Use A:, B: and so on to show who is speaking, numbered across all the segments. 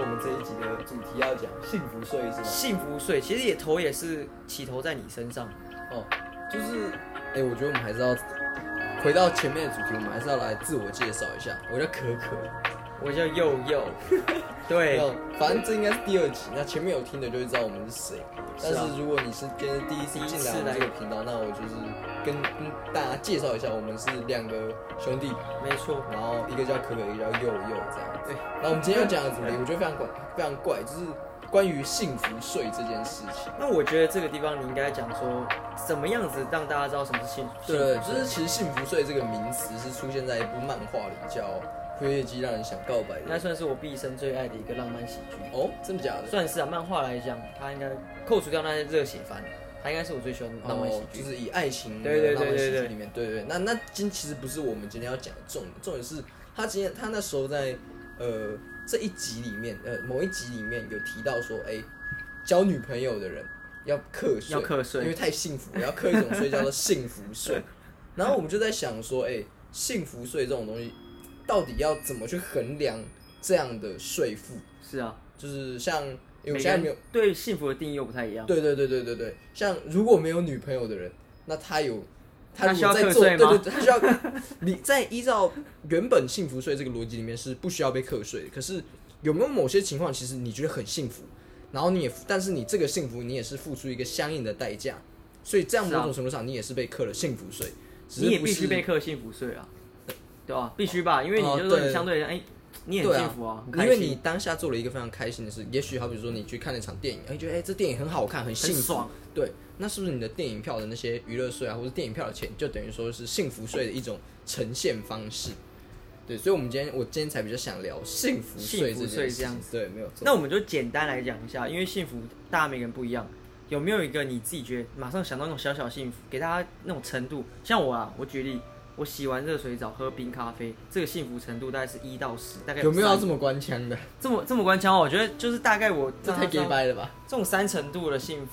A: 我们这一集的主题要讲幸福税是吗？
B: 幸福税其实也头也是起头在你身上，
A: 哦，就是，哎、我觉得我们还是要回到前面的主题，我们还是要来自我介绍一下。我叫可可，
B: 我叫佑 佑，对，
A: 要反正这应该是第二集，那前面有听的就会知道我们是谁。但
B: 是啊
A: 是如果你是今天第一次进来我们这个频道，那我就是跟跟大家介绍一下，我们是两个兄弟，
B: 没错，
A: 然后一个叫可可，一个叫佑佑这样。
B: 对，
A: 那我们今天要讲的主题，我觉得非常怪，非常怪，就是关于幸福税这件事情。
B: 那我觉得这个地方你应该讲说，怎么样子让大家知道什么是幸福税？
A: 对，就是其实幸福税这个名词是出现在一部漫画里，叫《灰夜姬让人想告白
B: 那
A: 的》。
B: 算是我毕生最爱的一个浪漫喜剧。
A: 哦，真的假的？
B: 算是啊，漫画来讲，它应该扣除掉那些热血番，它应该是我最喜欢的浪漫喜
A: 哦
B: 剧。
A: 就是以爱情
B: 对对对
A: 浪漫喜
B: 对
A: 剧
B: 对
A: 里面，对对。对那那今其实不是我们今天要讲的重点，重点是他今天他那时候在呃这一集里面，呃某一集里面有提到说，哎、交女朋友的人要课税，
B: 要课税
A: 因为太幸福了，要课一种税叫做幸福 税。然后我们就在想说，哎、幸福税这种东西到底要怎么去衡量这样的税负？
B: 是啊，
A: 就是像因为我
B: 每
A: 现
B: 个
A: 在
B: 人
A: 没有。
B: 对幸福的定义又不太一样。
A: 对对对对对对，像如果没有女朋友的人，那他有
B: 他
A: 如
B: 需要
A: 果在
B: 课
A: 做，对
B: 税吗
A: 对，对他需要 你在依照原本幸福税这个逻辑里面是不需要被课税的。可是有没有某些情况，其实你觉得很幸福，然后你也，但是你这个幸福你也是付出一个相应的代价，所以这样某
B: 是啊
A: 种程度上你也是被课了幸福税，只是
B: 你也
A: 不
B: 必须
A: 是
B: 被克幸福税啊，对吧、必须吧，因为你
A: 哦
B: 就是说
A: 对
B: 你相对哎、你很
A: 对
B: 幸福啊，很
A: 因
B: 开
A: 为
B: 心，
A: 你当下做了一个非常开心的事，也许好比说你去看了一场电影，哎，觉得哎这电影很好看，很幸
B: 很
A: 福，
B: 爽。
A: 对，那是不是你的电影票的那些娱乐税啊，或者电影票的钱，就等于说是幸福税的一种呈现方式？对，所以我们今天我今天才比较想聊幸福税这
B: 幸福税
A: 件事
B: 这样
A: 情。对，没有错。
B: 那我们就简单来讲一下，因为幸福大家每个人不一样，有没有一个你自己觉得马上想到那种小小幸福，给大家那种程度？像我啊，我举例，我洗完热水澡，喝冰咖啡，这个幸福程度大概是一到十，大概
A: 有没有要
B: 三
A: 这么官腔的？
B: 这么这么官腔哦？我觉得就是大概我
A: 这太 gay 掰了吧！
B: 这种三程度的幸福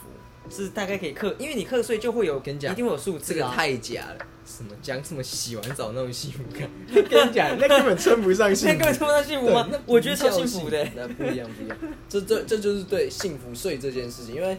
B: 是大概可以克，因为你克税就会有，
A: 跟你讲
B: 一定会有
A: 这
B: 数字
A: 个
B: 啊。
A: 太假了，什么讲什么洗完澡那种幸福感， 跟你讲，那根本称不上幸
B: 那
A: 福。
B: 各位听到幸福吗
A: 对那？
B: 我觉得超
A: 不叫
B: 幸福的、
A: 那不一样不一样。这这这就是对幸福税这件事情，因为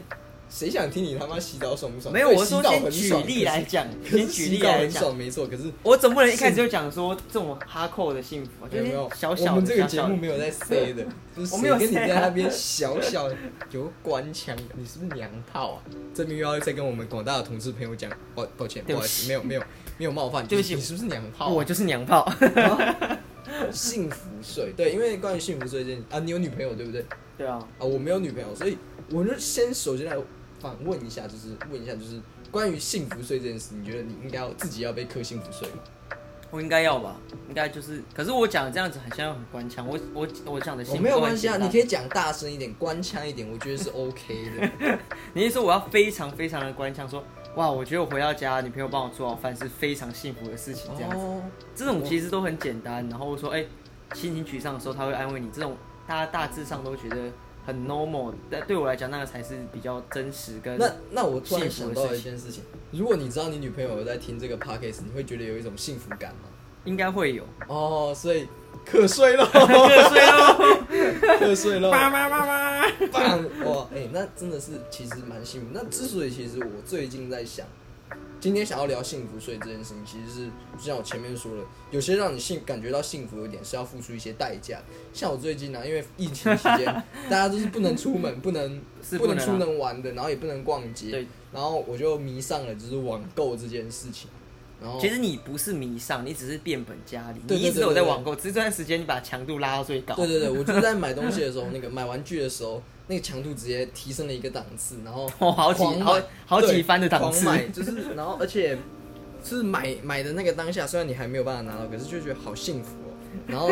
A: 谁想听你他妈洗澡爽不爽？
B: 没有，
A: 对
B: 我
A: 洗
B: 说
A: 澡
B: 先
A: 很
B: 举
A: 爽
B: 例
A: 可
B: 来
A: 是
B: 讲，
A: 可
B: 先
A: 是
B: 举
A: 洗
B: 例
A: 澡
B: 来
A: 很
B: 讲。
A: 爽，没错。可是
B: 我总不能一开始就讲说这种哈扣的幸福啊，就
A: 有
B: 是
A: 没有
B: 小小的。
A: 我们这个
B: 小
A: 节
B: 小的
A: 目没 有在 say 的，就是
B: 我
A: 谁
B: 没有
A: 跟你
B: say 啊
A: 在那边小小的有官腔，你是不是娘炮啊？这边又要再跟我们广大的同志朋友讲，抱抱歉，
B: 对
A: 不
B: 不
A: 好意思，
B: 起
A: 没有没有没有冒犯，
B: 对
A: 就
B: 不
A: 是
B: 起
A: 你是不是娘炮啊？
B: 哦我就是 娘炮，
A: 幸福税，对，因为关于幸福税这件啊，你有女朋友对不对？
B: 对啊，
A: 啊，我没有女朋友，所以我就先首先来反问一下，就是问一下，就是关于幸福税这件事，你觉得你应该要自己要被扣幸福税吗？
B: 我应该要吧，应该就是，可是我讲这样子好像很官腔，我我我讲的幸
A: 我
B: 福
A: 没有
B: 都很
A: 关系啊，
B: 简单
A: 你可以讲大声一点，官腔一点，我觉得是 OK 的。
B: 你是说我要非常非常的官腔，说哇，我觉得我回到家，女朋友帮我做好饭是非常幸福的事情，这样子，
A: 哦，
B: 这种其实都很简单。然后说哎、心情沮丧的时候，他会安慰你，这种大家大致上都觉得
A: 嗯
B: 很 normal，但对我来讲，那个才是比较真实跟
A: 那那我突然想
B: 幸福的
A: 到
B: 事
A: 一
B: 情
A: 件事情，如果你知道你女朋友有在听这个 podcast，你会觉得有一种幸福感吗？
B: 应该会有。
A: 哦，所以可睡喽，
B: 热水喽！
A: 可睡喽，
B: 叭叭叭叭！
A: 棒哇！哎、那真的是其实蛮幸福。那之所以其实我最近在想，今天想要聊幸福税这件事情，其实是就像我前面说的，有些让你幸感觉到幸福的点是要付出一些代价。像我最近啊呢、因为疫情期 间，大家都是不能出门，不能
B: 是
A: 不能
B: 不能啊
A: 出门玩的，然后也不能逛街
B: 对，
A: 然后我就迷上了就是网购这件事情。然后
B: 其实你不是迷上，你只是变本加厉，
A: 哦对
B: 你
A: 对
B: 一直
A: 对
B: 有
A: 对
B: 在网购，只是这段时间你把强度拉到最高。
A: 对对对，我就是在买东西的时候，那个买玩具的时候，那个强度直接提升了一个档次，然后
B: 哦，好几
A: 狂买
B: 好好几
A: 对
B: 番的档
A: 狂
B: 次，
A: 买就是，然后而且是买买的那个当下，虽然你还没有办法拿到，可是就觉得好幸福哦。然 后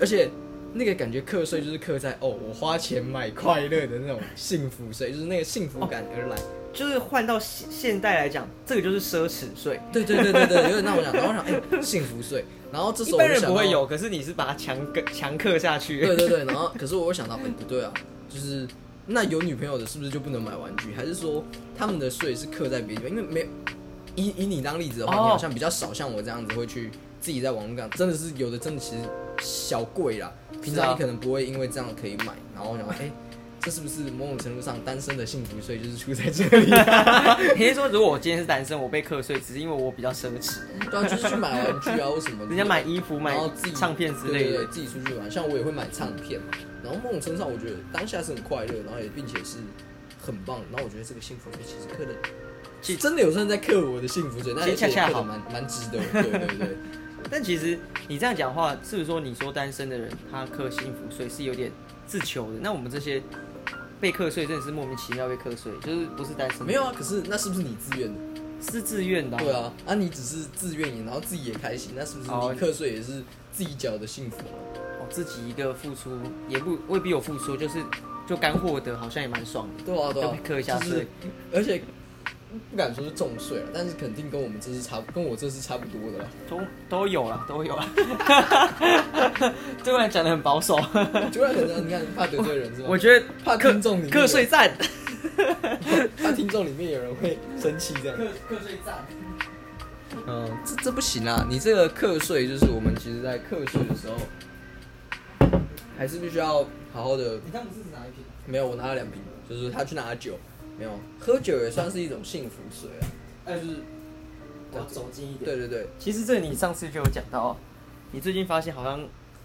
A: 而且那个感觉课税就是课在哦，我花钱买快乐的那种幸福税，就是那个幸福感而来。
B: 就是换到现现代来讲，这个就是奢侈税。
A: 对对对对对，有点让我想，然后我想哎、幸福税，然后这时
B: 一
A: 候我
B: 般
A: 就
B: 人
A: 想
B: 不
A: 到
B: 会有，可是你是把它强克 强克下去。
A: 对对对，然后可是我又想到，哎、不对啊，就是那有女朋友的，是不是就不能买玩具？还是说他们的税是刻在别的地方？因为没有以以你当例子的话，
B: 哦
A: 你好像比较少像我这样子会去自己在网络上，真的是有的，真的其实小贵啦，平
B: 是
A: 常
B: 啊
A: 你可能不会因为这样可以买，然后我想说，哎、这是不是某种程度上单身的幸福税就是出在这里、 啊
B: 你是说，如果我今天是单身，我被课税，只是因为我比较奢侈，
A: 对啊，就是去买玩具啊或什么的，
B: 人家买衣服、买
A: 然后自己
B: 唱片之
A: 对
B: 类
A: 对
B: 的
A: 对，，自己出去玩。像我也会买唱片嘛，然后某种程度上我觉得当下是很快乐，然后也并且是很棒。然后我觉得这个幸福水其实刻的，
B: 其
A: 真的有算在刻我的幸福水，但
B: 其
A: 是
B: 实恰恰好
A: 蛮蛮值得的。对对 对，
B: 但其实你这样讲话，是不是说你说单身的人他克幸福税是有点自求的？那我们这些被课税真的是莫名其妙被课税，就是不是单身的
A: 没有啊，可是那是不是你自愿的？
B: 是自愿的、
A: 对，啊，啊你只是自愿也，然后自己也开心，那是不是
B: 哦
A: 你课税也是自己缴的幸福嘛？
B: 我、哦自己一个付出也不未必有付出，就是就干获得，好像也蛮爽的。
A: 对啊对
B: 要
A: 啊
B: 被，课一下
A: 就是
B: 税，
A: 而且不敢说是重税了，但是肯定跟我们这是差不，跟我这是差不多的啦。
B: 都都有了，都 有了。这个人讲的很保守，
A: 就然可能你看怕得罪人是吗？
B: 我觉
A: 怕
B: 得课
A: 听众里面
B: 课税赞，
A: 怕听众里面有人会生气这样。
B: 课税赞。
A: 嗯，这这不行啊！你这个课税就是我们其实在课税的时候，还是必须要好好的。
B: 你刚不是哪一瓶？
A: 没有，我拿了两瓶，就是他去拿了酒，没有喝酒也算是一种幸福水啊。
B: 哎，就是我走近一点。
A: 对对对，
B: 其实这个你上次就有讲到，你最近发现好像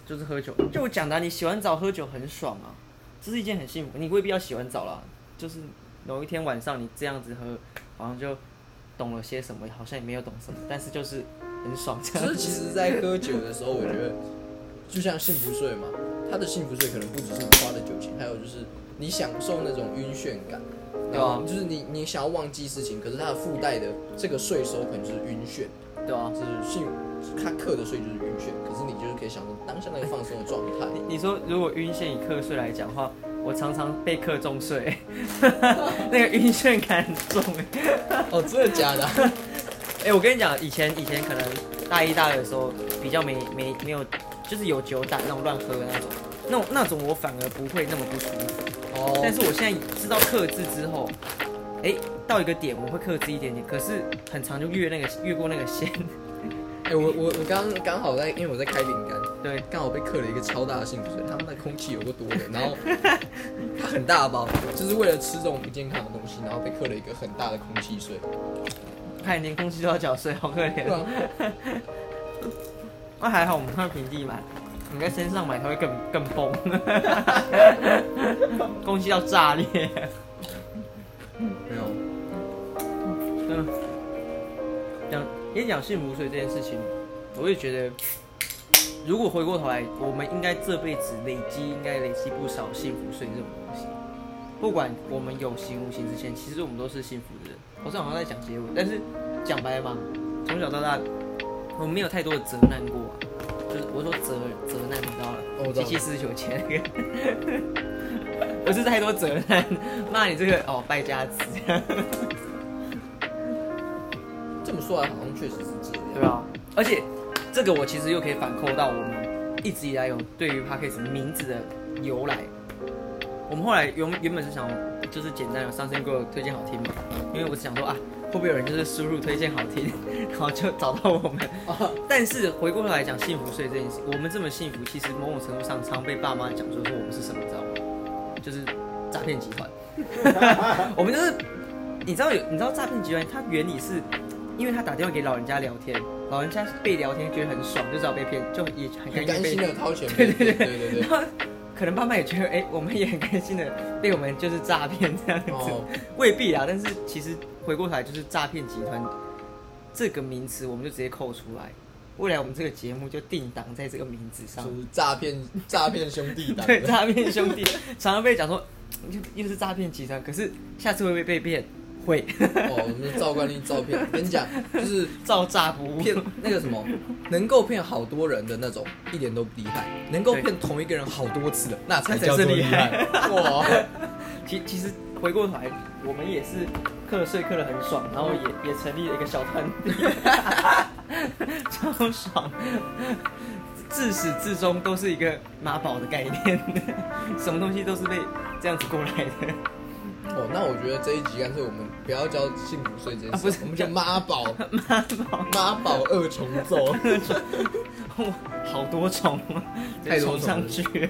B: 就是喝酒，就我讲的啊、你洗完澡喝酒很爽啊，这是一件很幸福。你未必要洗完澡啦，就是某一天晚上你这样子喝，好像就懂了些什么，好像也没有懂什么，但是就是很爽这
A: 就
B: 样
A: 是。其实，在喝酒的时候，我觉得就像幸福税嘛，它的幸福税可能不只是你花的酒钱，还有就是你享受那种晕眩感，
B: 对啊
A: 然后就是你你想要忘记事情，可是它的附带的这个税收可能就是晕眩。
B: 对啊，
A: 就是幸，他课的税就是晕眩，可是你就是可以享受当下那个放松的状 态。
B: 你你说如果晕眩以课税来讲的话，我常常被课重税， 那个晕眩感很重哎、
A: 哦，真的假 的、啊？
B: 哎、我跟你讲，以前以前可能大一、大二的时候比较没没没有，就是有酒胆那种乱喝的那种，那种那种我反而不会那么不舒服。
A: 哦，
B: 但是我现在知道克制之后，哎、到一个点我会克制一点点，可是很长就越那个越过那个线。
A: 哎、我我我刚刚好在，因为我在开饼干，
B: 对，
A: 刚好被刻了一个超大的幸福水，他们那空气有过多的，然 后它很大包，就是为了吃这种不健康的东西，然后被刻了一个很大的空气 税。
B: 看连空气都要缴税，好可
A: 对
B: 怜。
A: 啊，
B: 那、还好我们上平地买，你在山上买它会更更崩， 空气要炸裂。
A: 没有，
B: 嗯，讲演讲幸福水这件事情，我也觉得，如果回过头来，我们应该这辈子累积，应该累积不少幸福税这种东西。不管我们有形无形之前，其实我们都是幸福的人。我是好像在讲结尾，但是讲白了嘛，从小到大，我们没有太多的责难过、啊，就是我说责责难，你知道
A: 哦我
B: 了，
A: 知
B: 七
A: 道
B: 七四十九千那个。 不是太多责难，骂你这个哦败家子，
A: 这么说来好像确实是这样。
B: 对啊，而且这个我其实又可以反扣到我们一直以来有对于 podcast 名字的由来。我们后来原原本是想就是简单的上升过推荐好听嘛，因为我是想说啊，会不会有人就是输入推荐好听， 然后就找到我们。 但是回过头来讲幸福税这件事，我们这么幸福，其实某种程度上常被爸妈讲说说我们是什么，你知道吗？就是诈骗集 团。我们就是，你知道有你知道诈骗集团它原理是，因为他打电话给老人家聊天，老人家被聊天觉得很爽，就知道被骗，就也很
A: 很
B: 甘
A: 甘
B: 心
A: 心
B: 被
A: 的掏钱被骗，对对对对
B: 然后可能爸妈也觉得，哎、我们也很开心的被我们就是诈骗这样子，
A: 哦，
B: 未必啊。但是其实回过头来，就是诈骗集团这个名词，我们就直接扣出来。未来我们这个节目就定档在这个名字上
A: 就，是诈骗诈骗兄弟党。
B: 对，诈骗兄弟常常被讲说又又是诈骗集团，可是下次会不会被骗？会，
A: 哦，我们照惯例照骗，跟你讲，就是
B: 照诈不误。
A: 骗那个什么，能够骗好多人的那种，一点都不厉害；能够骗同一个人好多次的，那才叫做厉害。 哇，
B: 其其实回过头来，我们也是课税课的很爽，然后
A: 嗯
B: 也也成立了一个小团体， 超爽。自始至终都是一个妈宝的概 念，什么东西都是被这样子过来的。
A: 哦，那我觉得这一集干脆我们不要叫幸福税这件事，
B: 啊不是
A: 我们叫妈宝
B: 妈宝，
A: 妈宝二重奏。
B: 我好多重，
A: 太多重了
B: 重上去。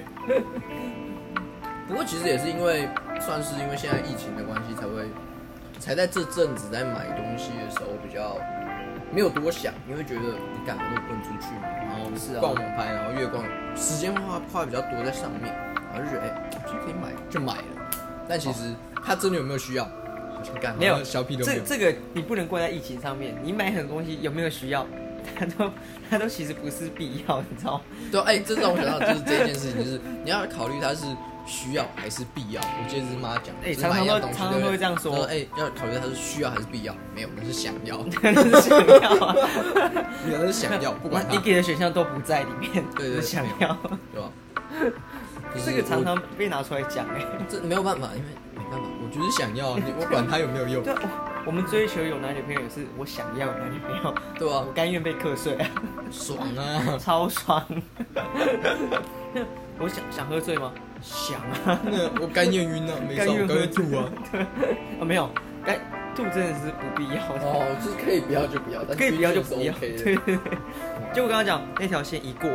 A: 不过其实也是因为，算是因为现在疫情的关系，才会才在这阵子在买东西的时候比较没有多想，因为觉得你赶我都不能出去嘛，然后
B: 是啊
A: 嗯逛网拍，然后月逛，时间花花比较多在上面，然后就觉得哎，这、可以买就买了，但其实它真的有没有需要，好像干
B: 没有
A: 好像小屁都没
B: 这
A: 有。
B: 这个你不能怪在疫情上面，你买很多东西有没有需要，它都它都其实不是必要，你 知道吗？
A: 对，哎、这让我想到就是这件事情，就是你要考虑它是需要还是必要。我记得是妈讲的，
B: 哎
A: 就是买一样东西
B: 常常都
A: 对不对
B: 常常都会这样说
A: 她哎、要考虑它是需要还是必要，没有，那是想要，
B: 真的是想 要啊，
A: 你那是想要，不管它
B: 你，给的选项都不在里面，
A: 对对对
B: 你想要。
A: 对 吧？
B: 这个常常被拿出来讲哎、
A: 我这没有办法，因为没办法，我就是想要，你我管它有没有用，
B: 对，啊我我们追求有男女朋友也是我想要有男女朋友，
A: 对吧
B: 我？甘愿被课税啊，
A: 爽啊！
B: 超爽。 我想想喝醉吗？想 啊，
A: 那我甘愿晕啊，没事，
B: 甘愿
A: 我甘
B: 喝
A: 愿吐 啊。
B: 啊没有，该吐真的是不必要的。
A: 哦，就是可以不要就不要，但
B: 可以不要就
A: 不
B: 不要。
A: OK 的。
B: 对对对， 就我刚刚讲那条线一过，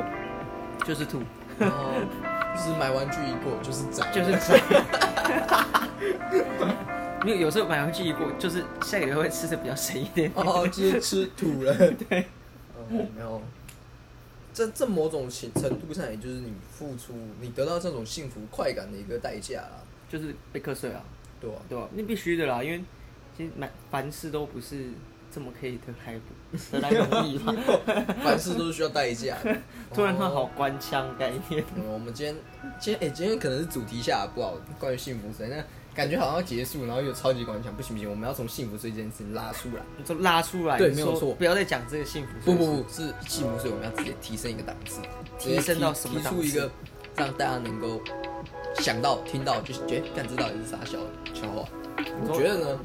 B: 就是吐，
A: 然后就是买玩具一过就是宰，
B: 就是吃。没有，有时候买回去一过，就是下个礼拜会吃的比较深一点。
A: 哦，就是吃土了。
B: 对，
A: 嗯，然后这这某种程程度上，也就是你付出，你得到这种幸福快感的一个代价啦，
B: 就是被课税啊，
A: 对 吧、
B: 对吧、那必须的啦，因为其实买凡事都不是这么可以得来得来 容易嘛。。
A: 凡事都是需要代价的 哦
B: 突然他好官腔概念，
A: 嗯、我们今天今天哎、今天可能是主题下不好，关于幸福谁那感觉好像要结束，然后又超级广场，不行不行，我们要从幸福税这件事情拉出来。
B: 你就拉出来，
A: 对
B: 你
A: 没有
B: 说
A: 错
B: 不要再讲这个幸福。
A: 不不不是幸福税，我们要直接提升一个档次，
B: 提升到什么
A: 提
B: 档次
A: 出一个让大家能够想到、听到，就是觉得哎干这到底是啥小笑话？我觉得呢，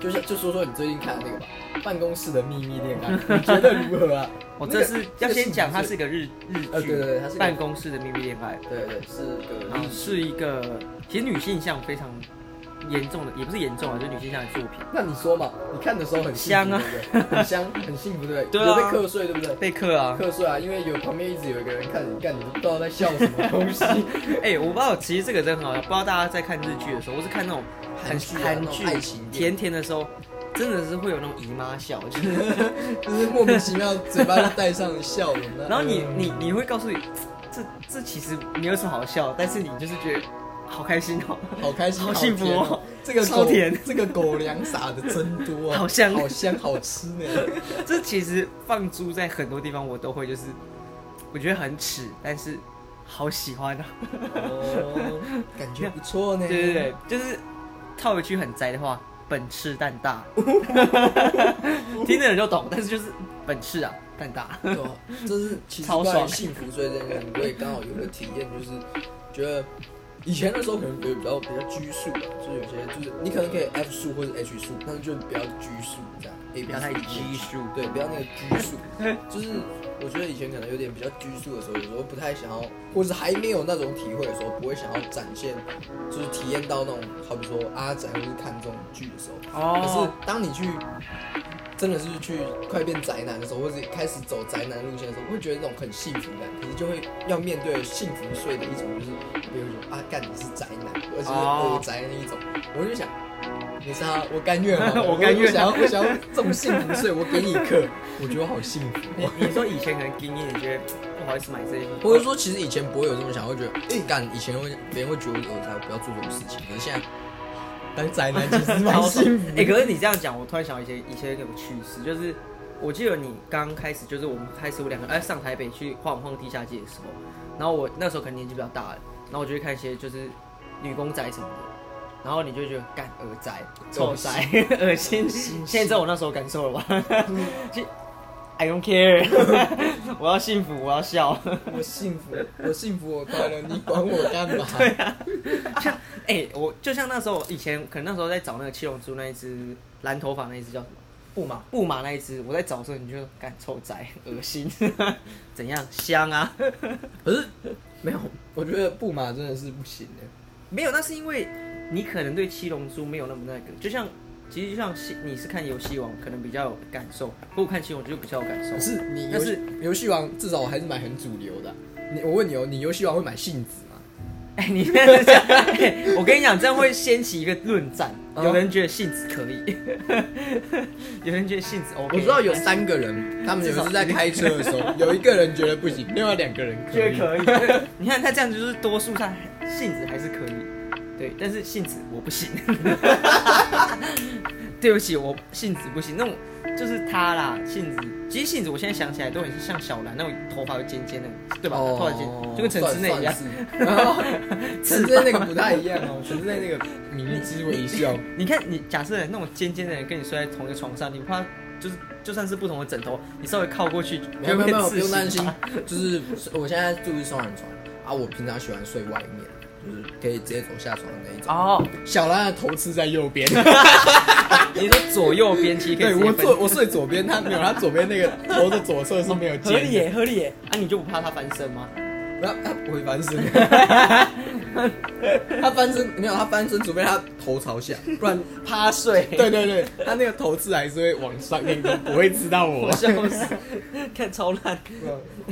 A: 就是就说说你最近看的那个吧，《办公室的秘密恋爱》，你觉得如何啊？
B: 我
A: 那
B: 这
A: 个
B: 是要先讲，它是一
A: 个
B: 个日日
A: 呃
B: 剧，
A: 对对对它是一个
B: 办公室的秘密恋爱。
A: 对对，是个
B: 然后是一个其实女性向非常严重的，也不是严重啊，就是女性向的作品
A: 那你说嘛，你看的时候很幸
B: 香
A: 福
B: 啊
A: 对不对很香，很幸福，对不对？
B: 对啊
A: 有被课税，对不对？
B: 被 克啊。
A: 课税啊，因为有旁边一直有一个人看你，干你都不知道在笑什么 东西。
B: 哎、我不知道，其实这个真的很好笑。不知道大家在看日剧的时候，我是看那种
A: 韩剧啊那种爱情片
B: 甜甜的时候，真的是会有那种姨妈笑，就是
A: 就是莫名其妙嘴巴就带上笑容。那呃
B: 然后你你你会告诉你，这这其实没有什么好笑，但是你就是觉得好开心哦，
A: 好开心，
B: 好幸福
A: 甜
B: 哦，
A: 这个
B: 超
A: 狗
B: 甜，
A: 这个狗粮撒的真多啊，
B: 好香
A: 好香，好吃呢。
B: 这其实放猪在很多地方我都会，就是我觉得很耻，但是好喜欢啊。
A: 哦，感觉不错呢。
B: 对对对，就是套一句很宅的话，本赤蛋 大，听的人就懂，但是就是本赤啊，蛋大。
A: 对啊，这是其实
B: 超
A: 关于
B: 爽
A: 幸福追这件事，我也刚好有个体验，就是觉得以前的时候可能觉得比较比较拘束吧，就是有些就是你可能可以 F 数或者 H 数，但是就不要拘束这样，也
B: 不要太拘束
A: 对，不要那个拘束，就是我觉得以前可能有点比较拘束的时候，有时候不太想要，或者是还没有那种体会的时候，不会想要展现，就是体验到那种好比说阿宅或是看这种剧的时候，可是
B: 哦，
A: 当你去真的是去快变宅男的时候，或者开始走宅男路线的时候，会觉得那种很幸福感，可是就会要面对幸福税的一种，就是比如说啊，干你是宅男，而且是
B: 哦
A: 偶宅那一种，我就想。你是他，我 甘愿好了
B: 我甘
A: 我
B: 愿
A: 想要，我想要这种幸福税，我给你一克，我觉得好幸 福哦、
B: 你你说以前可能经验，你觉得不好意思买这些，
A: 或者说，其实以前不会有这种想法，会觉得，哎、干，以前会别人会觉得我是偶宅，我不要做这种事情。可是现在，当宅男其实蛮
B: 超爽
A: 幸福。
B: 哎、可是你这样讲，我突然想到一些一些有趣事，就是我记得你刚开始，就是我们开始我两个哎上台北去晃晃地下街的时候，然后我那时候可能年纪比较大了，然后我就会看一些就是女公仔什么的。然后你就会觉得干耳宅、臭宅、恶心。 现在知道我那时候感受了吧？ 就 I don't care，我 要幸福，我要笑。
A: 我幸福，我幸福，我快乐，你管我干 嘛？
B: 哎、我就像那时候以前，可能那时候在找那个七龙珠那一只蓝头发那一只叫什么？
A: 不嘛，
B: 布马那一只，我在找的时候你就干臭仔，恶心， 怎样香啊？
A: 可是没有，我觉得布马真的是不行的。欸
B: 没有，那是因为你可能对七龙珠没有那么那个，就像其实就像戏，你是看游戏王可能比较有感受，或我看新闻就比较有感受
A: 可。是你
B: 但
A: 游
B: 是
A: 戏游戏王，至少我还是买很主流的啊。你我问你哦，你游戏王会买杏子吗？
B: 哎、你这样讲、哎我跟你讲，这样会掀起一个论战。
A: 嗯
B: 有人觉得性子可以， 有人觉得性子 OK。
A: 我知道有三个人，他们有一次在开车的时候， 有一个人觉得不行，另外两个人可
B: 觉
A: 以
B: 得。可以。 你看他这样就是多数上性子还是可以，对，但是性子我不行。 对不起，我性子不行，那种就是他啦，性子。其实性子我现在想起来都很像小兰那种头发又尖尖的，对吧？头发尖，就跟陈思内一
A: 哦
B: 样。
A: 算。 算是然后陈之内那个不太一样哦，陈之内那个明知微笑，
B: 你看，你假设那种尖尖的人跟你睡在同一个床上，你怕就是就算是不同的枕头，你稍微靠过去
A: 没
B: 就
A: 有没
B: 会
A: 有没
B: 被
A: 有，不
B: 刺
A: 用担
B: 醒
A: 心
B: 吧。
A: 就是我现在住的是双人床啊，我平常喜欢睡外面，就是可以直接走下床的那一种。
B: 哦，
A: 小兰的头刺在右 边，
B: 你说左右边其实可以
A: 对
B: 直接
A: 我
B: 分
A: 坐我睡左边，他没有，他左边那个头的左侧是没有
B: 哦合理
A: 尖
B: 耶，合理耶。啊，你就不怕他翻身吗？
A: 的，然后他不会翻身， 他翻身没有，他翻身，除非他头朝下，不 然
B: 趴睡。
A: 对对对，他那个头刺还是会往上那个，不会刺到我
B: 我。 笑死，看超烂，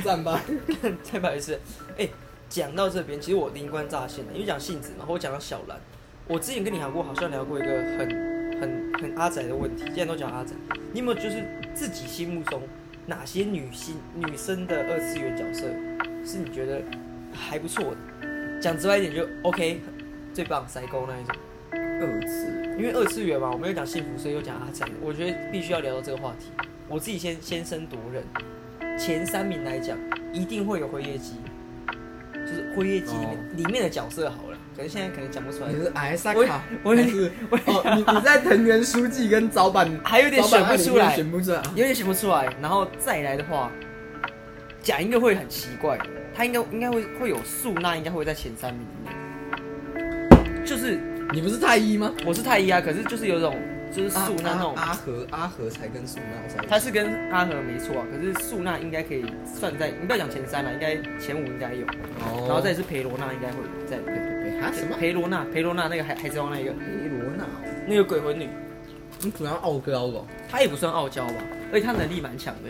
A: 赞吧，
B: 看太不好意思。哎、讲到这边，其实我灵光乍现了，因为讲性子嘛，或者讲到小兰，我之前跟你聊过，好像聊过一个很很很阿仔的问题。既然都讲阿仔，你有没有就是自己心目中哪些女性女生的二次元角色是你觉得还不错的？讲直白一点就 OK，最棒，塞沟那一种。
A: 二次
B: 因为二次元嘛，我们又讲幸福，所以又讲阿展，我觉得必须要聊到这个话题。我自己先先声夺人，前三名来讲，一定会有辉夜姬，就是辉夜姬里面、
A: 哦
B: 里面的角色好了，可能现在可能讲不出来
A: 你，是艾萨
B: 我
A: 卡，
B: 我
A: 还是哦，你你在藤原书记跟早坂
B: 还有点
A: 早坂爱
B: 选不
A: 里
B: 出
A: 面
B: 来，
A: 选不出来啊。
B: 有点选不出来。然后再来的话，讲一个会很奇怪，他应该应该会会有素娜，应该会在前三名里面，就是
A: 你不是太医吗？啊
B: 我是太一啊，可是就是有种就是素娜那种。
A: 阿阿和阿和才跟素娜才，
B: 他是跟阿和没错啊，可是素娜应该可以算在，你不要讲前三了，应该前五应该有，
A: 哦
B: 然后再是裴罗娜应该会在里面。
A: 啊什么
B: 裴罗娜，裴罗娜那个海海贼王那个
A: 黑罗娜哦？
B: 那个鬼魂女，
A: 你主要傲娇哦，
B: 她也不算傲娇吧，而且她能力蛮强的，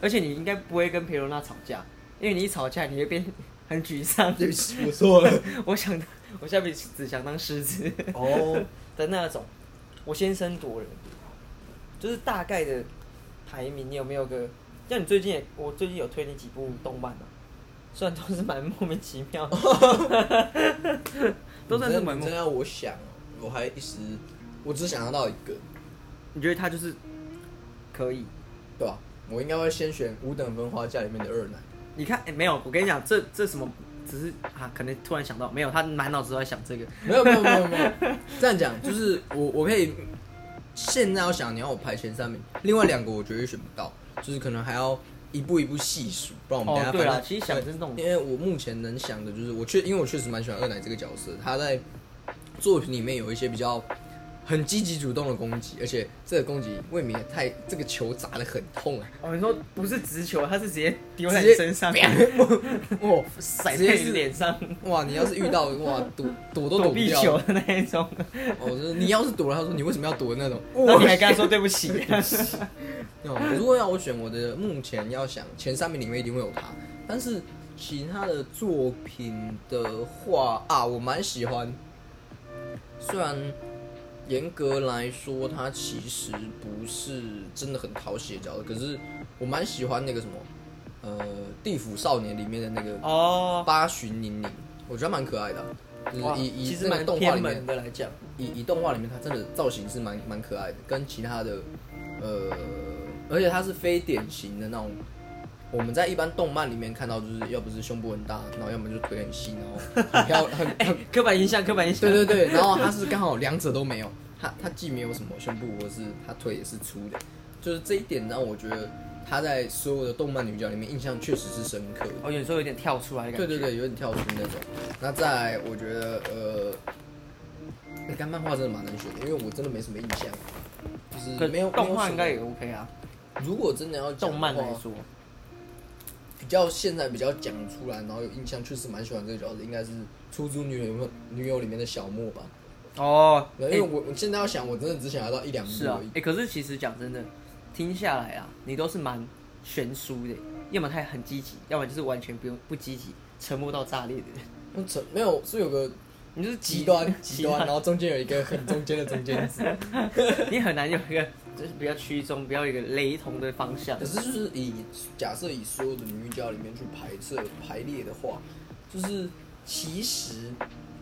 B: 而且你应该不会跟裴罗娜吵架，因为你一吵架你会变很沮丧。
A: 对不起，我错了。
B: 我想，我下辈子只想当狮子。
A: 哦，
B: 的那种，我先声夺人，就是大概的排名，你有没有个？像你最近也，我最近有推你几部动漫啊，虽然都是蛮莫名其 妙的，都算是蛮
A: 你
B: 莫
A: 真。要我想哦，我还一时，我只想得到一个，
B: 你觉得他就是可以？
A: 对吧？我应该会先选五等分花嫁里面的二奶。
B: 你看，哎、没有，我跟你讲，这这什么，只是啊，可能突然想到，没有，他满脑子都在想这个。
A: 没有没有没有没有，这样讲就是我我可以现在要想你要我排前三名，另外两个我绝对选不到，就是可能还要一步一步细数，不然我们等一
B: 哦
A: 下，
B: 对
A: 反
B: 了，
A: 正
B: 其实想的是那种
A: 因为我目前能想的就是我确因为我确实蛮喜欢二奶这个角色，他在作品里面有一些比较很积极主动的攻击，而且这个攻击未免也太这个球砸的很痛 啊，
B: 哦，你说不是直球，他是直接丢在
A: 直
B: 你
A: 接
B: 身上，
A: 哇
B: 甩
A: 直接
B: 在你
A: 是
B: 脸上，
A: 哇！你要是遇到哇躲躲都躲
B: 躲
A: 不
B: 避
A: 掉，
B: 球的那一种。
A: 哦，就是你要是躲了，他说你为什么要躲的那种，
B: 然后你还跟他说对不起，
A: 哦，如果要我选，我的目前要想前三名里面一定会有他，但是其他的作品的话啊，我蛮喜欢。虽然严格来说，他其实不是真的很讨喜的角色，可是我蛮喜欢那个什么，呃，《地府少年》里面的那个
B: 哦，
A: 八旬宁宁，我觉得蛮可爱的啊、就
B: 哇
A: 是以
B: 其
A: 以
B: 实
A: 那个
B: 蛮
A: 动画
B: 偏
A: 里面
B: 门，的来讲，
A: 以以动画里面，它真的造型是蛮蛮可爱的，跟其他的，呃，而且它是非典型的那种，我们在一般动漫里面看到，就是要不是胸部很大，然后要么就腿很细，然后很漂很很，
B: 刻板印象，刻板印象，
A: 对对对，然后它是刚好两者都没有，它它既没有什么胸部，或是它腿也是粗的，就是这一点让我觉得它在所有的动漫女角里面印象确实是深刻的。
B: 哦，有时候有点跳出来的感
A: 对
B: 觉，
A: 对对，有点跳出那种。那再来，我觉得呃，你看漫画真的蛮难选的，因为我真的没什么印象，就是
B: 可
A: 没有
B: 动画应该。
A: 没有
B: 也 OK 啊，
A: 什么如果真的要讲
B: 动漫
A: 的
B: 来
A: 话，
B: 说，
A: 比较现在比较讲出来，然后有印象，确实蛮喜欢这个角色，应该是《出租女友》女友里面的小莫吧。
B: 哦，
A: 对因为我我现在要想，我真的只想要到一两步
B: 是啊
A: 而已，
B: 哎、。可是其实讲真的，听下来啊，你都是蛮悬殊的，要么太很积极，要么就是完全不用不积极，沉默到炸裂的人，
A: 那成没有是有个
B: 你就是
A: 极 端极端，然后中间有一个很中间的中间值。
B: 你很难有一个就是比较趋中，比较有一个雷同的方向
A: 可。是就是以假设以所有的女角里面去排测排列的话，就是其实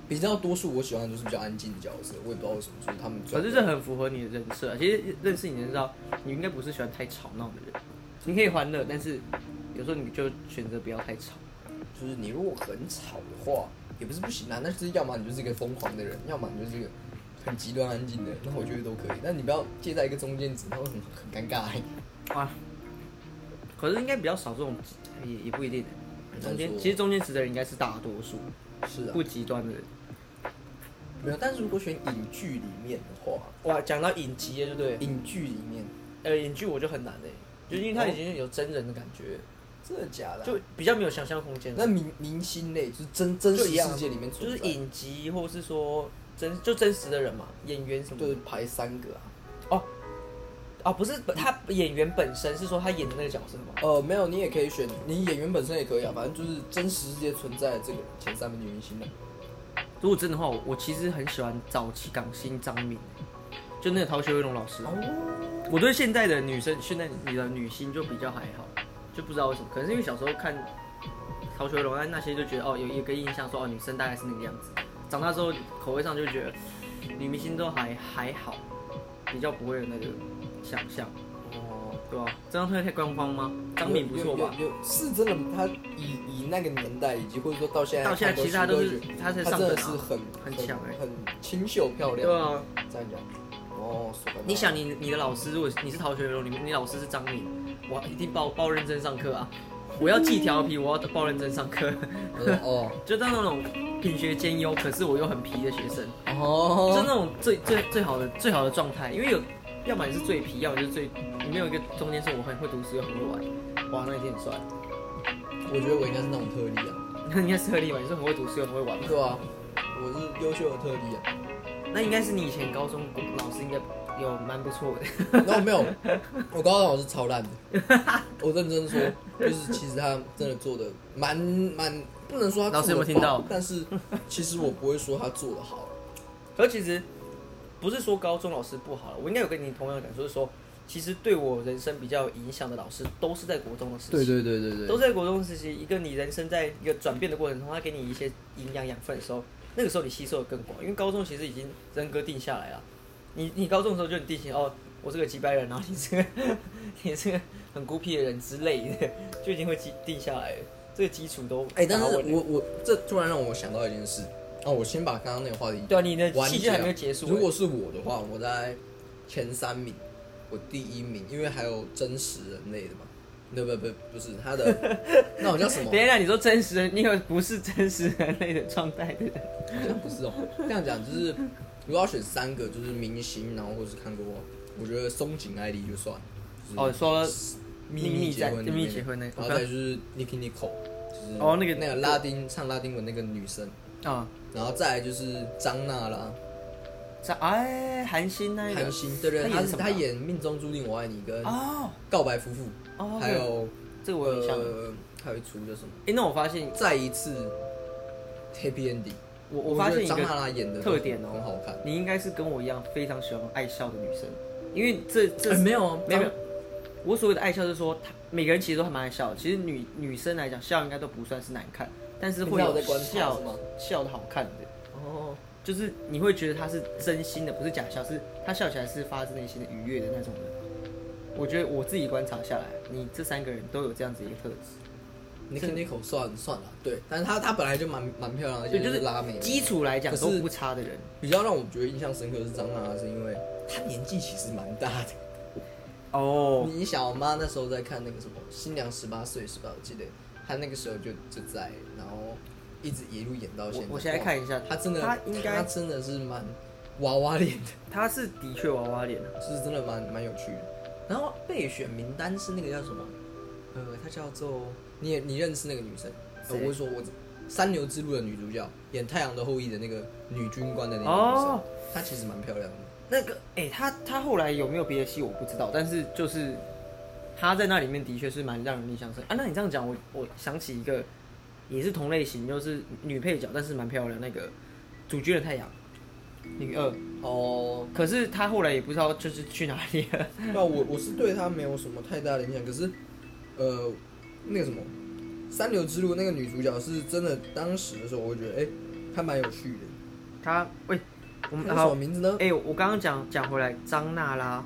A: 比较多数我喜欢的就是比较安静的角色，我也不知道为什么，就是他们
B: 可
A: 转
B: 是这很符合你的人设、啊。其实认识你的人知道，你应该不是喜欢太吵闹的人。你可以欢乐，但是有时候你就选择不要太吵。
A: 就是你如果很吵的话，也不是不行啊，那就是要么你就是一个疯狂的人，要么你就是一个很极端安静的人，那我觉得都可以，但你不要介在一个中间值，那会很很尴尬、欸。
B: 哇，可是应该比较少这种，也也不一定。
A: 很
B: 中
A: 难
B: 间
A: 说
B: 其实中间值的人应该是大多数，
A: 是啊
B: 不，极端的人。
A: 没有，但是如果选影剧里面的话，
B: 哇，讲到影集了，对不对？
A: 影剧里面
B: 呃，影剧我就很难哎、就因为它已经有真人的感觉，
A: 真的假的啊、
B: 就比较没有想象空间了。
A: 那明明星类就是真真实
B: 就一样啊
A: 世界里面存
B: 就是
A: 在
B: 影集，或是说真就真实的人嘛，演员什么的。
A: 就是排三个啊。
B: 哦，哦，不是本他演员本身，是说他演的那个角色吗？
A: 呃，没有，你也可以选，你演员本身也可以啊，反正就是真实世界存在的这个前三名的明星啊。
B: 如果真的话，我我其实很喜欢早期港星张敏，欸就那个逃学威龙老师。
A: 哦，
B: 我对现在的女生，现在你的女星就比较还好，就不知道为什么，可能是因为小时候看逃学威龙啊那些，就觉得哦有一个印象说哦女生大概是那个样子，长大之后口味上就觉得女明星都还还好，比较不会有那个想象，对吧、这张推太官方吗？张敏不错吧？
A: 哦有有有是真的，他以以那个年代，以及或者说到现在
B: 到
A: 看过去会
B: 现
A: 觉得，
B: 在其实他都是他是
A: 他
B: 上
A: 真
B: 等
A: 的
B: 啊
A: 是很
B: 很强欸
A: 很清秀漂亮。
B: 对啊，
A: 这样讲。哦，说得
B: 你想你你的老师，如果你是逃学流，你你老师是张敏，我一定报报认真上课啊！我要既调皮，我要报认真上课，
A: 到呃哦
B: 就当那种品学兼优，可是我又很皮的学生， 就
A: 哦，
B: 那种最最最好的最好的状态，因为有要么你是最皮，要么就是最你没有一个中间是我很会读书又很会玩，哇，那一定很帅。
A: 我觉得我应该是那种特例啊，
B: 那应该是特例吧？你是很会读书又很会玩嘛？
A: 对啊，我是优秀的特例啊。
B: 那应该是你以前高中老师应该有蛮不错的。
A: 然后没有，我高中老师超烂的，我认真说，就是其实他真的做的蛮蛮，不能说他
B: 老师有没有
A: 做得不好
B: 听到
A: 但是其实我不会说他做的好，啊
B: 可其实不是说高中老师不好了，我应该有跟你同样的感受，就是说，其实对我人生比较有影响的老师，都是在国中的时期，
A: 对对对
B: 都，是在国中时期，一个你人生在一个转变的过程中，他给你一些营养养分的时候，那个时候你吸收的更广，因为高中其实已经人格定下来了。你你高中的时候就很定型哦，我是个几百人，然后你是个你是个很孤僻的人之类的，就已经会定定下来了，这个基础都
A: 哎、但是
B: 打稳了
A: 我我这突然让我想到一件事，哦，我先把刚刚那个话题
B: 对啊，你的
A: 完
B: 戏剧还没有结束欸、
A: 如果是我的话，我在前三名，我第一名，因为还有真实人类的嘛，不不不不是他的，那我叫什么？啊
B: 等一下，你说真实人，你有不是真实人类的状态的人？
A: 好 像不是哦。这样讲就是，如果要选三个，就是明星，然后或是看过，我觉得松井爱莉就算。就是
B: 哦，说
A: 秘密结婚里面，哦
B: 秘密结婚那个
A: 然后再就是 Nicki Nicole，就是
B: 哦那个
A: 那个拉丁唱拉丁文那个女生，
B: 啊，
A: 然后再来就是张娜拉，
B: 这哎，韩星那一个
A: 韩星，对对，她
B: 她演
A: 是
B: 什么啊
A: 她演《命中注定我爱你》跟《
B: 哦
A: 告白夫妇
B: 哦，》，
A: 还有
B: 这个我有印象。哎，
A: 呃还有一出叫什么？
B: 那我发现
A: 再一次 Happy Ending，
B: 我我发
A: 觉
B: 现
A: 得
B: 一
A: 张娜
B: 个，
A: 拉演的
B: 特点哦
A: 很好看。
B: 你应该是跟我一样非常喜欢爱笑的女生，因为这这
A: 哎没有啊
B: 没有没
A: 张
B: 有，我所谓的爱笑是说，她每个人其实都还蛮爱笑的。其实女女生来讲，笑应该都不算是难看，但是会
A: 你知道
B: 有
A: 我在观察
B: 笑
A: 是吗
B: 笑的好看的。
A: 哦，
B: 就是你会觉得他是真心的，不是假笑，是他笑起来是发自内心的愉悦的那种人。我觉得我自己观察下来，你这三个人都有这样子一个特质，
A: 你肯定口算算了，对，但是她她本来就蛮蛮漂亮的，
B: 对，
A: 啊就
B: 就是
A: 是拉美。
B: 基础来讲
A: 可是
B: 都不差的人。
A: 比较让我觉得印象深刻的是张娜拉，是因为她年纪其实蛮大的。
B: 哦，
A: 你想，我妈那时候在看那个什么《新娘十八岁》是吧？我记得她那个时候就就在，然后一直一路演到现在。
B: 我我现在看一下
A: 哇她真的，
B: 她应该
A: 她真的是蛮娃娃脸的，
B: 他是的确娃娃脸啊，
A: 就是真的蛮蛮有趣的。然后备选名单是那个叫什么？呃，她叫做你也你认识那个女生？呃
B: 谁
A: 我是说我三流之路》的女主角，演《太阳的后裔》的那个女军官的那个女生，
B: 哦，
A: 她其实蛮漂亮的。
B: 那个，哎、他他后来有没有别的戏我不知道，但是就是他在那里面的确是蛮让人印象深啊。那你这样讲，我我想起一个也是同类型，就是女配角，但是蛮漂亮那个《主角的太阳》女二，
A: 哦，
B: 可是她后来也不知道就是去哪里了。
A: 那我我是对她没有什么太大的影响，可是，呃，那个什么《三流之路》那个女主角是真的，当时的时候我会觉得，哎、她蛮有趣的。
B: 她喂、我们
A: 她叫什么
B: 嗯好
A: 名字呢？
B: 哎、我刚刚讲讲回来，张娜拉，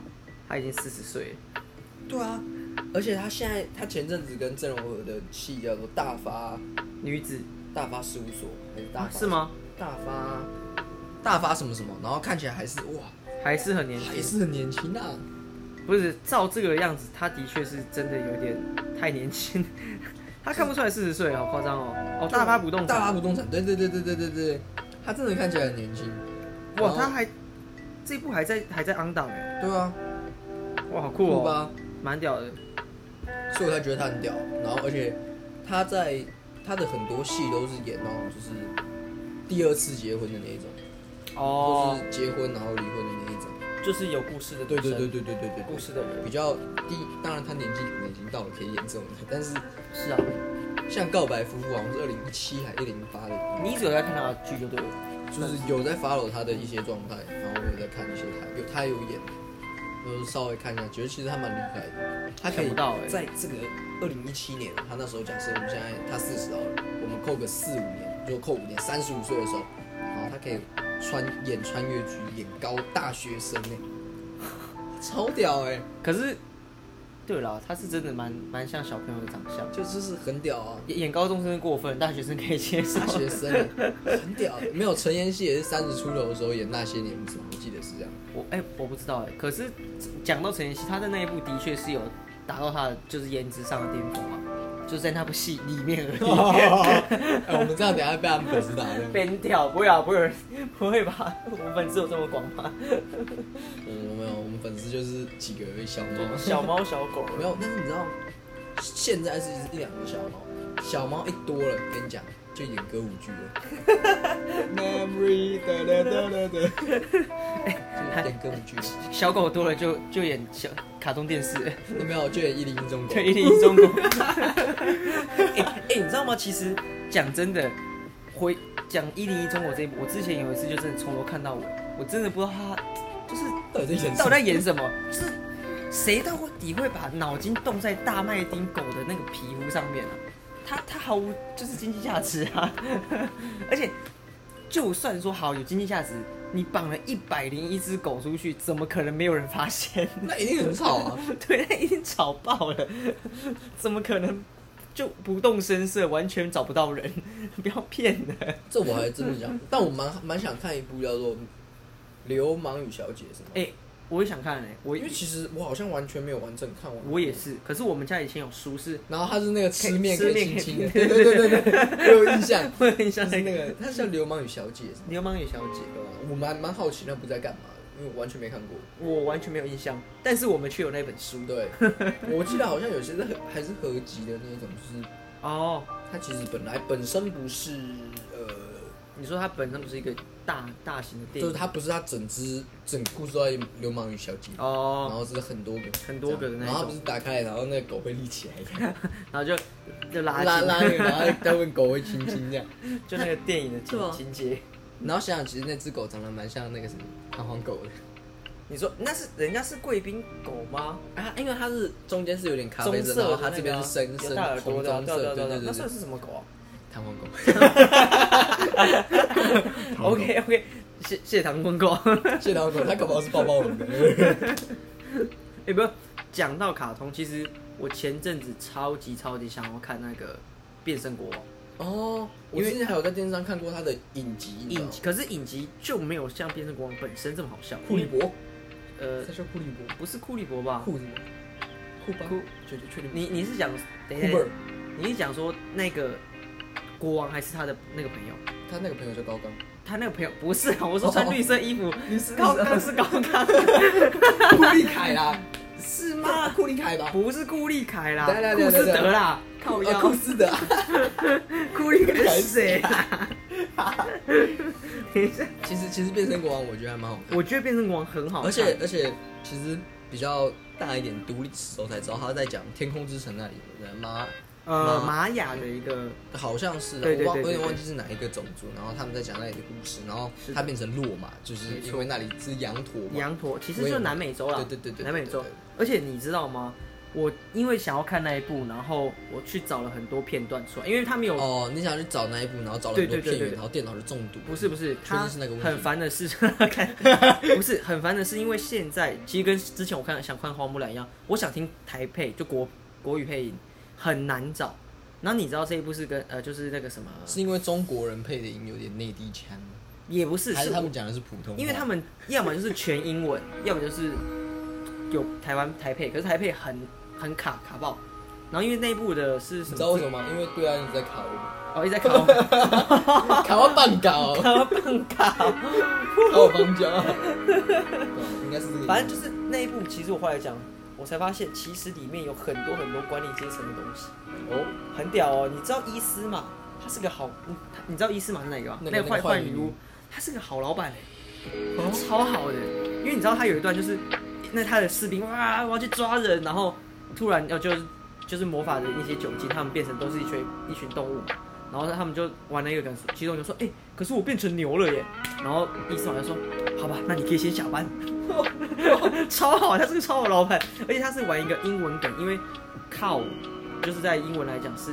B: 她已经四十岁了。
A: 对啊，而且她现在，她前阵子跟郑容和的戏叫做《大发》。
B: 女子
A: 大发事务所还是大
B: 啊
A: 发、
B: 是？吗？
A: 大发大发什么什么，然后看起来还是哇，
B: 还是很年
A: 还
B: 轻，
A: 是很年轻啊。
B: 不是照这个样子，她的确是真的有点太年轻， 她看不出来四十岁，好夸张哦！哦，大发不动
A: 大发
B: 产，
A: 不动产，对对对对对对对，他真的看起来很年轻。
B: 哇，
A: 然
B: 她
A: 后
B: 还这部还在还在 on 档哎，
A: 对啊，
B: 哇，好酷
A: 酷
B: 哦，
A: 吧？
B: 蛮屌的。
A: 所以我才觉得他很屌。然后而且他在他的很多戏都是演那种就是第二次结婚的那一种，或
B: 哦，
A: 是结婚然后离婚的那一种。
B: 就是有故事的
A: 对对
B: 女
A: 对
B: 生
A: 对对对对
B: 故
A: 对，
B: 事的人
A: 比较低。当然他年纪可能已经到了可以演这种的，但是
B: 是啊，
A: 像《告白夫妇》好像是二零一七还一零八的
B: 你一直有在看她的剧就对了，
A: 就是有在 follow 他的一些状态，然后我有在看一些他有他有演，就是稍微看一下，觉得其实他蛮厉害的。他可
B: 想
A: 以
B: 不到欸
A: 在这个二零一七年，他那时候假设我们现在他四十好了，我们扣个四五年，就扣五年，三十五岁的时候，然后他可以穿演穿越剧，演高大学生呢、超屌哎、
B: 可是对啦，她是真的蛮蛮像小朋友的长相。
A: 就就是很屌啊。
B: 演演高中生过分，大学生可以接受
A: 大。学生欸很屌欸，没有陈妍希也是三十出头的时候演那些年，不是吗我记得是这样。
B: 我哎、我不知道哎、可是讲到陈妍希，她在那一部的确是有达到她的就是颜值上的巅峰啊，就是在那部戏里面而 已。
A: 哎，我们这样等一下被他们粉丝打的。
B: 边跳不会啊，不会有人不会吧？我们粉丝有这么广吗？
A: 我没有，我们粉丝就是几个小猫，
B: 小猫小狗
A: 没 有。但是你知道，现在是一两个小猫，小猫一多了，跟你讲就演歌舞剧了。Memory 哒哒哒哒哒，就演歌舞剧，
B: 小狗多了就就演小卡通电视，
A: 有没有？就演一零一中国
B: 对，。一零一 中国。哎哎、你知道吗？其实讲真的，回讲一零一中国这一部，我之前有一次就真的从头看到尾，我真的不知道他就是
A: 到底在演
B: 到底在
A: 什
B: 演什么？就是谁到底会把脑筋冻在大麦町狗的那个皮肤上面啊？它它毫无就是经济价值啊！ 而且就算说好有经济价值，你绑了一百零一只狗出去，怎么可能没有人发现？
A: 那一定很吵啊！
B: 对，那一定吵爆了，怎么可能就不动声色，完全找不到人？ 不要骗人！
A: 这我还真不讲，但我蛮蛮想看一部叫做《流氓与小姐》什么。
B: 哎、我也想看哎、我
A: 因为其实我好像完全没有完整看完。
B: 我也是，可是我们家以前有书是，
A: 然后他是那个吃面
B: 吃
A: 可以
B: 面
A: 亲亲的，
B: 可以
A: 对对对对对，我有印象。
B: 我很
A: 他
B: 想
A: 是
B: 那
A: 那
B: 个
A: 个，他是叫《流氓与小姐》是吗
B: 流氓与小姐。
A: 我蛮蛮好奇那部在干嘛，因为我完全没看过。
B: 我完全没有印象，但是我们却有那本书的
A: 对，我记得好像有些是合还是合集的那种，就是
B: 哦。
A: 它其实本来本身不是呃，
B: 你说它本身不是一个大大型的电
A: 就是
B: 影
A: 它不是它整只整故事都在《流氓与小姐》然
B: 哦，
A: 后是很多个
B: 很多个的那一种
A: 然后它不是打开来，然后那个狗会立起来，
B: 然后就就拉
A: 拉
B: 近
A: 拉那个，然后再问狗会亲亲这样。
B: 就那个电影的
A: 对啊
B: 情情节。
A: 然后想想，其实那只狗长得蛮像那个什么弹簧狗的。
B: 你说那是人家是贵宾狗吗？
A: 啊，因为它是中间是有点咖啡
B: 棕
A: 色，
B: 色的
A: 然
B: 那
A: 后
B: 个啊，
A: 它这边是深
B: 有
A: 深
B: 大耳朵
A: 红
B: 的啊，
A: 棕
B: 对啊对
A: 色，
B: 啊
A: 对对
B: 对啊对啊，
A: 对
B: 那算，是什么狗啊
A: 弹簧狗。
B: ？OK OK，谢谢唐公 公。
A: 谢老狗，他搞不好是抱抱龙的。
B: 哎，不要讲到卡通，其实我前阵子超级超级想要看那个《变身国王》。
A: 哦，我
B: 因为
A: 之前还有在电视上看过他的影集，你知道
B: 影
A: 吗
B: 集可是影集就没有像《变身国王》本身这么好笑。
A: 库里伯，
B: 呃，
A: 他叫库里伯，
B: 不是库里伯吧？
A: 库什么？哦库巴
B: 库，
A: 确定确定
B: 你你是讲等一
A: 库贝，
B: 下
A: 尔，
B: 你是讲说那个国王还是他的那个朋友？
A: 他那个朋友叫高刚，
B: 他那个朋友不是啊，我说穿绿色衣服，
A: 哦你是
B: 高刚是高刚，
A: 库利凯啦，
B: 是
A: 妈
B: 吗？
A: 啊库利凯吧？
B: 不是顾立凯啦，
A: 来来来
B: 顾
A: 来
B: 斯德啦，靠
A: 啊，
B: 腰
A: 库斯 的啊，
B: 哭一个谁啊？等一下，
A: 其实其实变身国王我觉得还蛮好看，
B: 我觉得变身国王很好看，
A: 而且而且其实比较大一点读历史的时候才知道他在讲天空之城那里的妈，
B: 呃
A: 玛
B: 玛雅的一个
A: 好像是啊、
B: 对对
A: 我忘
B: 对
A: 我
B: 对
A: 有点
B: 对
A: 忘记是哪一个种族，然后他们在讲那里的故事，然后
B: 是的
A: 他变成骆马，就是
B: 没错
A: 因为那里是羊驼嘛，
B: 羊驼，其实就是南美洲啦，
A: 对对对对，
B: 南美洲
A: 对。对对
B: 而且你知道吗？我因为想要看那一部，然后我去找了很多片段出来，因为他们有、
A: 哦，你想去找那一部，然后找了很多
B: 对对对
A: 片
B: 对
A: 源，
B: 对
A: 然后电脑就中毒，
B: 不是不是，他
A: 是那个问题
B: 很烦的是， 看不是很烦的是，因为现在其实跟之前我看想看花木兰一样，我想听台配就国国语配音很难找。然后你知道这一部是跟呃就是那个什么，
A: 是因为中国人配的音有点内地腔，
B: 也不是
A: 还是
B: 是
A: 他们讲的是普通话？
B: 因为他们要么就是全英文，要么就是有台湾台配，可是台配很很卡卡爆。然后因为内部的是什
A: 你
B: 么？
A: 知道为什么吗？因为对岸一直在卡我
B: 哦，一直在卡我，
A: 们，卡哦我半搞，
B: 卡我半卡。
A: 卡我邦交，对应该是这个意思。
B: 反正就是那一部，其实我后来讲，我才发现其实里面有很多很多管理阶层的东西，
A: 哦，
B: 很屌哦。你知道伊斯嘛？他是个好，嗯他你知道伊斯嘛是哪个吗？
A: 那个
B: 坏
A: 那个坏
B: 坏女
A: 女
B: 巫
A: 巫，
B: 他是个好老板哎、他超好的。因为你知道他有一段就是，那他的士兵哇，我要去抓人，然后突然要就是就是魔法的那些酒精，他们变成都是一群一群动物嘛。然后他们就玩了一个梗，其中就说：“哎、可是我变成牛了耶！”然后伊斯马就说：“好吧，那你可以先下班。” 超好，他是个超好老板，而且他是玩一个英文梗，因为 cow 就是在英文来讲是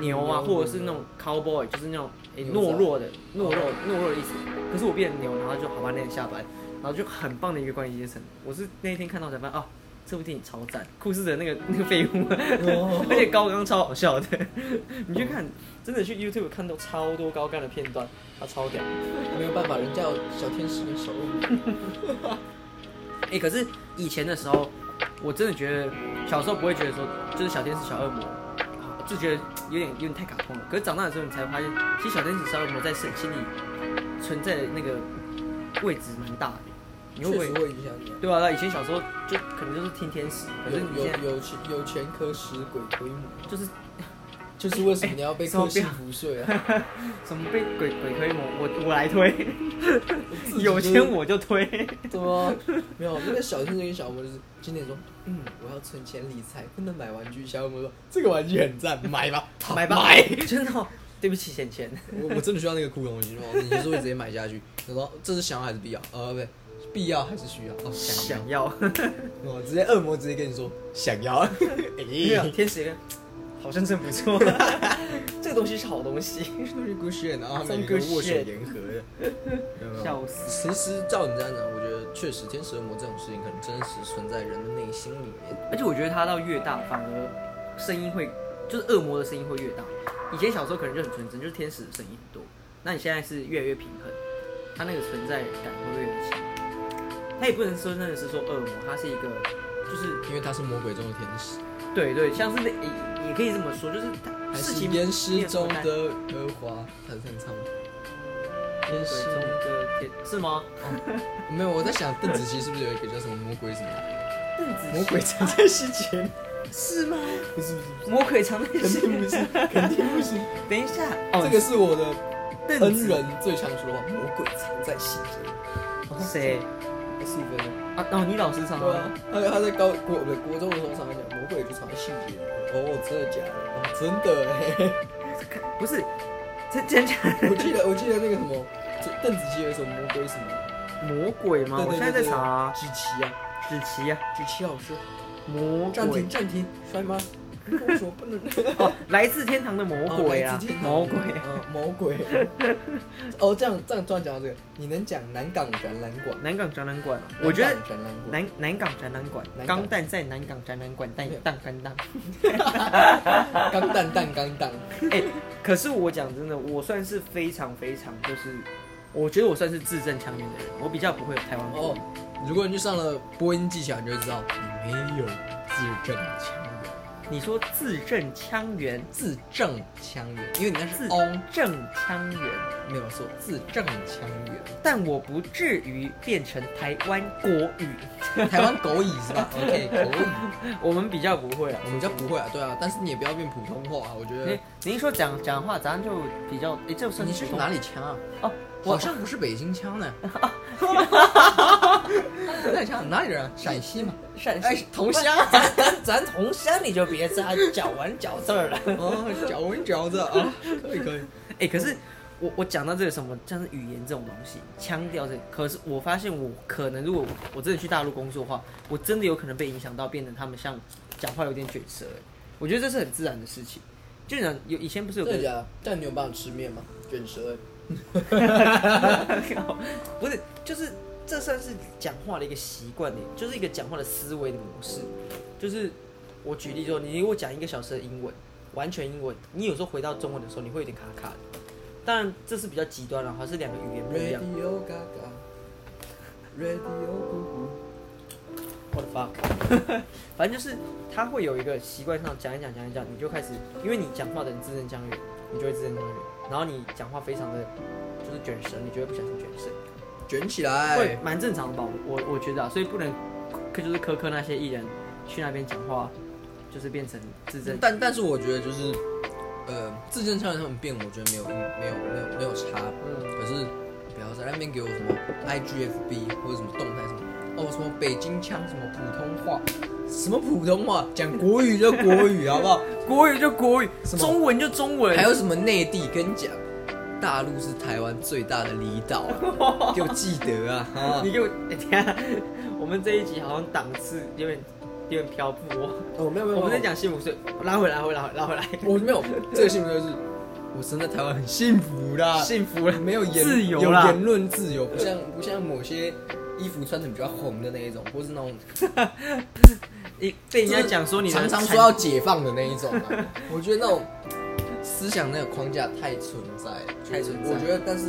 B: 牛
A: 牛
B: 啊，或者是那种 cowboy，就是那种诶
A: 牛仔
B: 懦弱的、懦弱、懦弱的意思。可是我变成牛，然后就好吧，那天下班，然后就很棒的一个关系阶层。我是那一天看到才发现啊，这部电影超赞，库斯的那个 那个废物，
A: 哦
B: 而且高刚超好 笑的，你去看，真的去 YouTube 看到超多高干的片段，他超屌。
A: 没有办法，人家有小天使跟小恶魔。
B: 哎、可是以前的时候，我真的觉得小时候不会觉得说，就是小天使、小恶魔，啊就觉得有点有点太卡通了。可是长大的时候，你才发现，其实小天使、小恶魔在心心里存在的那个位置蛮大的。你会不
A: 确实
B: 会？
A: 会影响你啊。
B: 对吧、那以前小时候就可能就是听天使，可
A: 有
B: 是你现在
A: 有有钱有钱可使鬼推磨，
B: 就是
A: 就是为什么你要被
B: 哎哎
A: 扣幸福税啊？
B: 什么被鬼鬼推磨，我我来推，
A: 自己就是
B: 有钱我 就推。
A: 对啊，没有那个小天使跟小魔就是今天说，嗯，我要存钱理财，不能买玩具。小魔说这个玩具很赞，买吧，
B: 买吧，
A: 买。
B: 真的、哦，对不起，钱钱。
A: 我我真的需要那个酷东西吗？你就是会直接买下去。 他说这是想要还是必要？呃，不对，必要还是需要？哦，想要
B: 想。要，
A: 我直接恶魔直接跟你说想 要。
B: 没有
A: 哎，
B: 天使跟，好像真不 错，这个东西是好东西。
A: 都是 good shit，然后他们
B: Some
A: 有一个
B: good
A: 握手
B: shit
A: 言和 的，有没有
B: 笑死！
A: 其实照你这样讲，我觉得确实天使恶魔这种事情可能真实存在人的内心里面。
B: 而且我觉得他到越大，反而声音会，就是恶魔的声音会越大。以前小时候可能就很纯真，就是天使的声音很多。那你现在是越来越平衡，他那个存在感会越来越强。他也不能说真的是说恶魔，他是一个，就是
A: 因为他是魔鬼中的天使，
B: 对对，像是那也也可以这么说，就是他
A: 还
B: 事
A: 是
B: 情
A: 岩石中
B: 没有
A: 的荷花，他是这样唱吗？岩石
B: 什么太对中的天是 吗？
A: 没有，我在想邓紫棋是不是有一个叫什么魔鬼什么
B: 邓 紫
A: 魔
B: 棋
A: 鬼藏在世间？
B: 是吗？
A: 不是不是，
B: 魔鬼藏在
A: 肯定
B: 心
A: 不
B: 里。哦
A: 是，肯定不是。
B: 等一下，
A: 这个是我的
B: 邓
A: 恩
B: 紫
A: 人最常说的话，魔鬼藏在世间。
B: 谁
A: 四分？
B: 啊？哦，你老师唱
A: 对
B: 的
A: 啊。，还有他在高国不对国中的时候常常讲魔鬼就藏在细节。哦，真的假的？哦，真的哎、
B: 不是，这真假
A: 我记得我记得那个什么，就邓紫棋有一首《魔鬼》什么，
B: 魔鬼吗？
A: 对
B: 我
A: 对
B: 现在
A: 对
B: 在
A: 对，
B: 查啊
A: 芷琪啊，
B: 子琪啊，
A: 芷琪老师，哦
B: 魔
A: 暂
B: 鬼
A: 停暂停，摔 吗？为什么不能？
B: 哦，来自天堂的魔鬼
A: 哦来
B: 啊
A: 自天，堂
B: 魔鬼。
A: 嗯，魔鬼。哦，这样这样突然讲到这个，你能讲南港展览馆？
B: 南港展览馆啊，我觉得
A: 南港展览馆，
B: 南南港展览馆，
A: 南港
B: 钢蛋在南港展览馆，蛋蛋干蛋。
A: 钢蛋蛋钢蛋，
B: 哎，可是我讲真的，我算是非常非常就是，我觉得我算是字正腔圆的人，我比较不会有台湾口
A: 哦
B: 音。，
A: 如果你去上了播音技巧，你就会知道你没有字正腔圆。
B: 你说字正腔圆，
A: 字正腔圆，因为你那是
B: 字
A: on，
B: 正腔圆，
A: 没有错，字正腔圆。
B: 但我不至于变成台湾国语，
A: 台湾狗语是吧？OK，狗语，
B: 我们比较不会啊。
A: 我们家不会啊，对啊，但是你也不要变普通话啊，我觉
B: 您
A: 得。
B: 您说讲讲话，咱就比较，诶，这算
A: 你是
B: 普通
A: 哪里腔啊？
B: 哦？
A: 好
B: 我
A: 像不是北京腔呢。
B: 哦
A: 哪里腔？哪里人啊？陕西嘛。
B: 陕
A: 哎
B: 西，，
A: 同乡。
B: 呃咱咱咱同乡，你就别再讲完讲字儿了。
A: 哦，嚼文嚼着啊，可以可以。
B: 哎、可是我我讲到这个什么，像是语言这种东西，腔调这个，可是我发现我可能如果我真的去大陆工作的话，我真的有可能被影响到，变成他们像讲话有点卷舌、哎，我觉得这是很自然的事情。就讲有以前不是有个
A: 对啊的，但你有办法吃面吗？卷舌。
B: 不是，就是这算是讲话的一个习惯的，欸就是一个讲话的思维的模式。就是我举例说，你如果讲一个小时的英文，完全英文，你有时候回到中文的时候，你会有点卡卡的。当然，这是比较极端了，还是两个语言不一样。
A: Radio Gaga。Radio 姑姑。
B: What the fuck？反正 就是他会有一个习惯上讲一讲讲一讲，你就开始，因为你讲话的人字正腔圆，你就会字正腔圆。然后你讲话非常的就是卷舌，你就会不小心卷舌。
A: 卷起
B: 会
A: 来。
B: 蛮正常的吧？我我觉得啊，所以不能苛就是苛刻那些艺人去那边讲话，就是变成自证。
A: 但但是我觉得就是，呃，字正腔圆他们变，我觉得没有没有没有没有差。
B: 嗯，
A: 可是不要在那边给我什么 IGFB 或者什么动态什么哦什么北京腔什么普通话，什么普通话讲国语就国语好不 好？
B: 国语就国语，
A: 什么
B: 中文就中文。啊
A: 还有什么内地跟你讲，大陆是台湾最大的离岛啊、 给我记得啊！啊
B: 你给我、哎等一下，我们这一集好像档次有点有点漂浮哦。
A: 哦没有没
B: 我们在，讲幸福，所以拉回来，拉回来，拉回来，
A: 我没有这个幸福就是我生在台湾很幸福啦，
B: 幸福了。
A: 没有言
B: 自由
A: 有
B: 啦
A: 言论自由，不像不像某些衣服穿的比较红的那一种，或是那种
B: 你被人家讲说你的
A: 常常
B: 产
A: 说要解放的那一种、啊， 我觉得那种思想那个框架太存在了，
B: 太存在
A: 我觉得，但是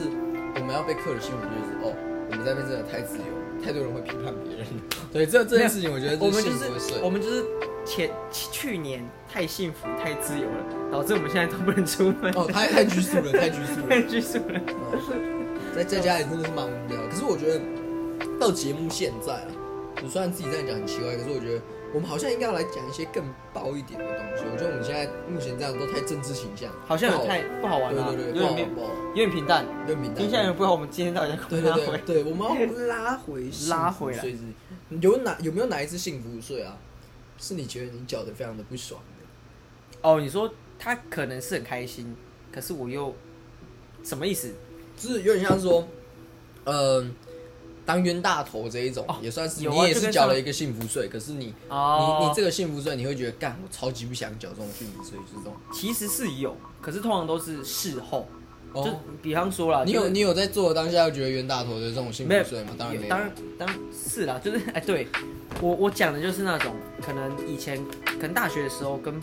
A: 我们要被刻的幸福就是哦，我们在那边真的太自由，太多人会批判别人。 对，这这件事情我觉得
B: 我们就
A: 幸
B: 是
A: 福的事
B: 我们就是前去年太幸福太自由了，导致我们现在都不能出门，
A: 哦，太太拘束了，太拘 束了
B: 太。拘束了。
A: 哦在在家里真的是蛮无聊的，可是我觉得到节目现在啊，我虽然自己这样讲很奇怪，可是我觉得我们好像应该要来讲一些更爆一点的东西。我觉得我们现在目前这样都太政治倾向，哦
B: 好像
A: 不
B: 很太不好玩
A: 对
B: 了、啊
A: 对
B: 有
A: 对，
B: 点没
A: 不好不好。
B: 有点平淡。
A: 认名单。
B: 听下来不知道我们今天到底在干嘛。
A: 对对对对，我们要拉回
B: 拉回来
A: 所以有哪有没有哪一次幸福税啊？是你觉得你缴的非常的不爽的？
B: 哦，你说他可能是很开心，可是我又什么意思？
A: 就是有点像说，嗯、当冤大头这一种、
B: 哦
A: 也算是、
B: 有啊
A: 你也
B: 就
A: 是
B: 跟上
A: 缴了一个幸福税，可是你、
B: 哦
A: 你你这个幸福税，你会觉得干，我超级不想缴这种幸福税，就是这种。
B: 其实是有，可是通常都是事后。
A: 哦
B: 就比方说啦，
A: 你有
B: 就是
A: 你有在做的当下又觉得冤大头的这种幸
B: 没有
A: 福税吗？当然没有，
B: 当然当然是啦，就是哎，对我我讲的就是那种可能以前可能大学的时候跟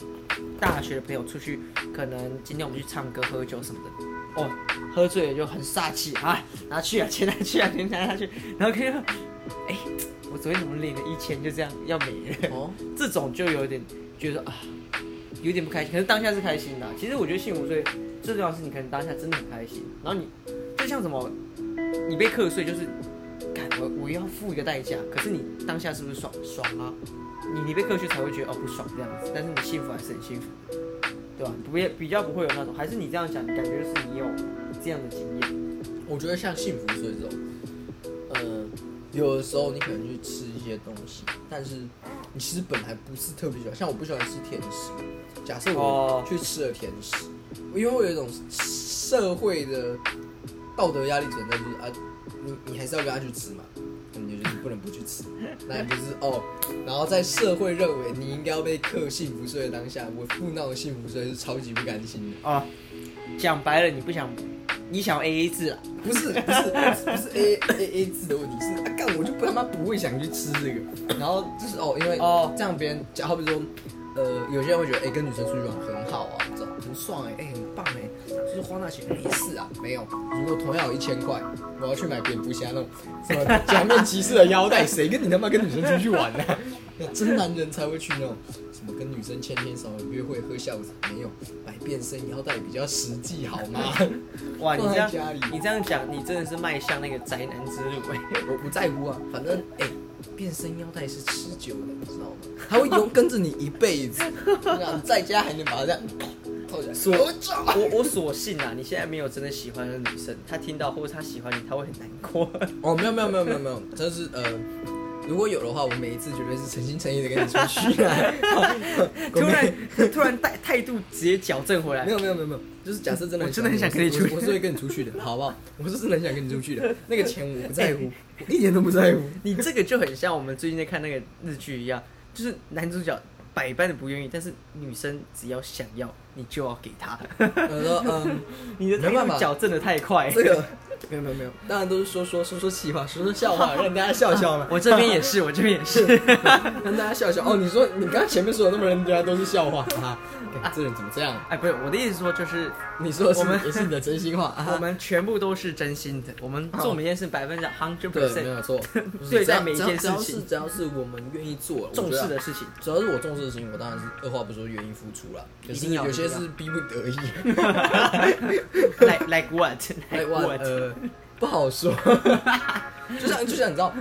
B: 大学的朋友出去，可能今天我们去唱歌喝酒什么的，哦，喝醉了就很煞气啊，拿去啊，钱拿去啊，钱拿下去，然后可以说，哎，我昨天怎么领了一千就这样要没了，
A: 哦，
B: 这种就有点觉得啊，有点不开心，可是当下是开心的啊、其实我觉得幸福最最重要的是你可能当下真的很开心，然后你就像什么，你被课税就是，干我我要付一个代价，可是你当下是不是爽爽啊？你你被课税才会觉得哦不爽这样子，但是你幸福还是很幸福，对吧？不也比较不会有那种，还是你这样讲，感觉就是你有这样的经验，
A: 我觉得像幸福税这种，呃，有的时候你可能去吃一些东西，但是你其实本来不是特别喜欢，像我不喜欢吃甜食。假设我
B: 哦
A: 去吃了甜食，因为我有一种社会的道德压力存在，就是啊，你你还是要跟他去吃嘛，那你就是不能不去吃，那你就是哦，然后在社会认为你应该要被扣幸福税的当下，我付那种幸福税是超级不甘心的。
B: 啊，讲白了你不想，你想 A A 制啊，
A: 不是不是不是 A A A 字的问题，是啊，干我就不他妈不会想去吃这个。然后就是哦，因为
B: 哦
A: 这样别人讲，好比说，呃，有些人会觉得，哎、跟女生出去玩很好啊，这种很爽哎、哎、很棒哎、就是花那钱没事啊，没有。如果同样有一千块，我要去买蝙蝠侠那种什么假面骑士的腰带，谁跟你他妈跟女生出去玩呢、啊那真男人才会去那种什么跟女生牵牵手、约会、喝下午茶，没有百变身腰带比较实际好吗？
B: 哇，你
A: 放
B: 这
A: 在家
B: 样
A: 里
B: 你这样讲，你真的是迈向那个宅男之路 哎、
A: 我不在乎啊，反正哎、变身腰带是持久的，你知道吗？它会永跟着你一辈子， 那在家还能把它这样套起来，
B: 所
A: 我操！
B: 我我所幸啊，你现在没有真的喜欢的女生，她听到或者她喜欢你，她会很难 过。
A: 哦，没有没有没有没有没有，真是呃，如果有的话，我每一次绝对是诚心诚意的跟你说去啊。
B: 突然突然态态度直接矫正回来
A: 没，有没有没有没有，就是假设真的
B: 我真的很想跟你出去
A: 我我是会跟你出去的，好不好？我是真的很想跟你出去的，那个钱我不在乎，
B: 哎
A: 我一点都不在乎。
B: 你这个就很像我们最近在看那个日剧一样，就是男主角百般的不愿意，但是女生只要想要，你就要给 她。
A: 我说嗯，
B: 你的态
A: 没办法
B: 度矫正的太快。
A: 这个没有没有没有，当然都是说说说说气话，说说笑话，让大家笑笑嘛。
B: 啊我这边也是，我这边也是。
A: 让大家笑
B: 嗯
A: 笑。哦，你说你刚刚前面说的那么人家都是笑话，哈、哈，哎这人怎么这样？
B: 哎，不是我的意思说，就是
A: 你说的是
B: 我们
A: 也是你的真心话，啊哈、啊
B: 我们全部都是真心的，我们做每件事百分之
A: 对，
B: hundred
A: 没
B: percent。
A: 有错
B: 对待每一件
A: 只
B: 事情
A: 要是只要是我们愿意做，我
B: 重
A: 觉
B: 视
A: 得啊
B: 的事情。
A: 只要是我重视的事情，我当然是二话不说愿意付出啦。可
B: 一
A: 是
B: 定要
A: 有些
B: 一定要
A: 是逼不 得已，
B: like like what
A: 哎
B: 啊 like
A: 哇
B: what？
A: 呃，不好说。 就像就像你知道，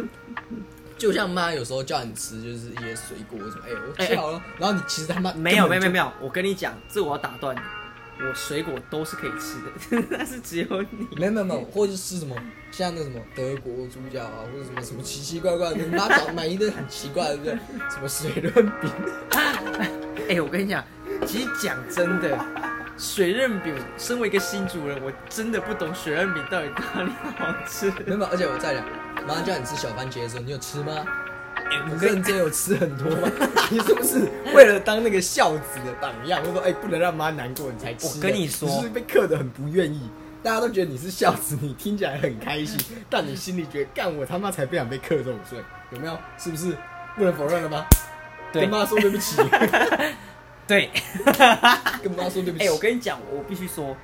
A: 就像妈有时候叫你吃就是一些水果什么，哎、我
B: 哎
A: 吃好了，然后你其实他妈
B: 没有没
A: 根
B: 有没有
A: 本
B: 没有，我跟你讲，这我要打断你。我水果都是可以吃的， 但是只有你
A: 就没有没有没有，或者是吃什么像那什么德国猪脚啊，或者什么什么奇奇怪怪的，你妈找买一堆很奇怪的，对不 对？什么水润饼，
B: 哎、我跟你讲，其实讲真的，水润饼，身为一个新主人，我真的不懂水润饼到底哪里好吃。
A: 没有，没有而且我再讲，妈叫你吃小番茄的时候，你有吃吗？
B: 哎
A: 你
B: 我跟
A: 认
B: 你
A: 真有吃很多吗？ 你是不是为了当那个孝子的榜样，我说哎、不能让妈难过，你才吃、
B: 我跟你说
A: 你是不是被克得很不愿意。大家都觉得你是孝子，你听起来很开 心，但你心里觉得干我他妈才不想被克这种罪，有没有？是不是不能否认了吗？
B: 对
A: 跟妈说对不起，
B: 对，
A: 跟妈说对不
B: 哎、
A: 起。
B: 我跟你讲，我必须说，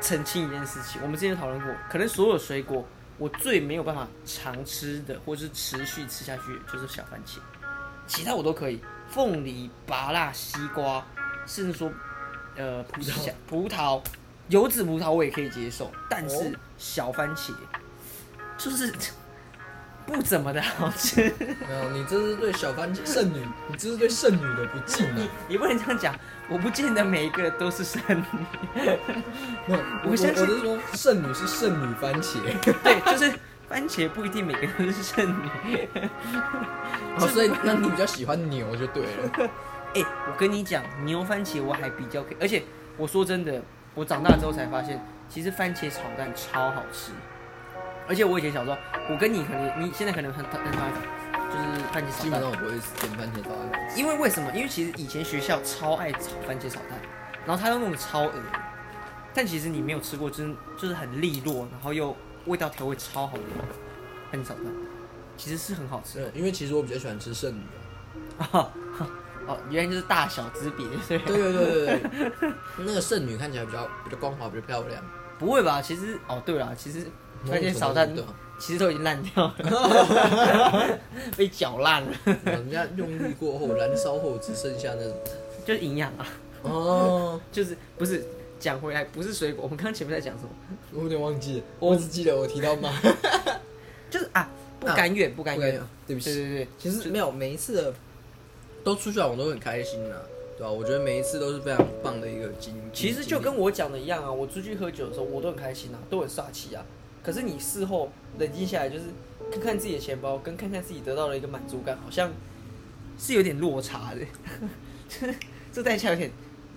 B: 澄清一件事情，我们之前有讨论过，可能所有水果，我最没有办法常吃的，或是持续吃下去的，就是小番茄，其他我都可以，凤梨、芭辣、西瓜，甚至说，呃，葡萄、葡萄、油脂葡萄我也可以接受，但
A: 哦
B: 是小番茄，就是。不怎么的好吃，
A: 没有，你这是对小番茄剩女，你这是对剩女的不敬啊！
B: 也不能这样讲。我不见得每一个都是生女，
A: 没有，
B: 我
A: 我
B: 相信
A: 我是说剩女是剩女番 茄。
B: 对，就是番茄不一定每个人都是剩女。
A: 哦，所以那你比较喜欢牛就对了。
B: 哎、我跟你讲，牛番茄我还比较可以，而且我说真的，我长大之后才发现，其实番茄炒蛋超好吃。而且我以前小时候，我跟你可能你现在可能很很讨厌，就是番茄
A: 基
B: 炒
A: 本上
B: 蛋，
A: 我不会点番茄炒蛋来吃。
B: 因为为什么？因为其实以前学校超爱炒番茄炒蛋，然后它又弄得超恶但其实你没有吃过，真就是很利落，然后又味道调味超好的番茄炒蛋，其实是很好吃的。
A: 对，因为其实我比较喜欢吃剩女啊。
B: 哦，哦原来就是大小之别，对不
A: 对
B: 对
A: 对对对对， 那个剩女看起来比较比较光滑，比较漂亮。
B: 不会吧？其实哦，对了，其实番茄炒蛋
A: 对啊，
B: 其实都已经烂掉 了，被搅烂了，
A: 人家用力过后燃烧后只剩下那种。
B: 就是营养啊，
A: 哦，
B: 就是不是讲回来，不是水果，我们刚刚前面在讲什么？
A: 我有点忘记了，我只记得我提到妈。
B: 就是啊，不甘愿，不甘
A: 不敢
B: 愿
A: 讲，， 对不
B: 对
A: 起。
B: 对对，
A: 其实没有每一次的都出去玩，我都很开心啊，对吧、我觉得每一次都是非常棒的一个经历。
B: 其实就
A: 经
B: 跟我讲的一样啊，我出去喝酒的时候，我都很开心啊，都很煞气啊。可是你事后冷静下来，就是看看自己的钱包，跟看看自己得到的一个满足感，好像是有点落差的， 这这代价有点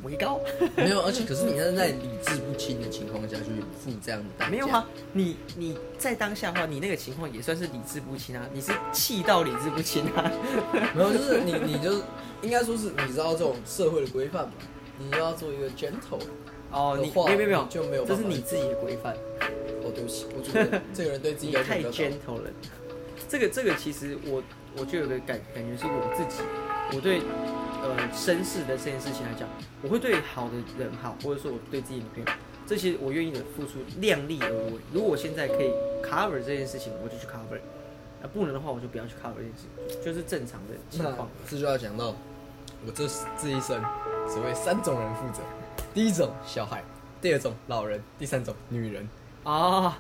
B: 微高。
A: 历没有，而且可是你是在理智不清的情况下去付这样的代价，
B: 没有啊，你你在当下的话，你那个情况也算是理智不清啊，你是气到理智不清啊。
A: 没有，就是你，你就是应该说是你知道这种社会的规范嘛，你要做一个 gentle。
B: 哦，你
A: 的话
B: 没有没有没有，
A: 就没有
B: 这
A: 办
B: 是
A: 法
B: 你自己的规范。
A: 哦，对不起，我觉得这个人对自己
B: 你
A: 要求
B: 太
A: 比较高。
B: gentle 了。这个这个其实我我就有个感感觉是我自己，我对呃绅士的这件事情来讲，我会对好的人好，或者说我对自己女朋友，这些我愿意的付出量力而为。如果我现在可以 cover 这件事情，我就去 cover。啊，不能的话我就不要去 cover 这件事情，就是正常的情
A: 那
B: 况。
A: 这就要讲到我这这一生，所谓三种人负责：第一种小孩，第二种老人，第三种女人。
B: 啊、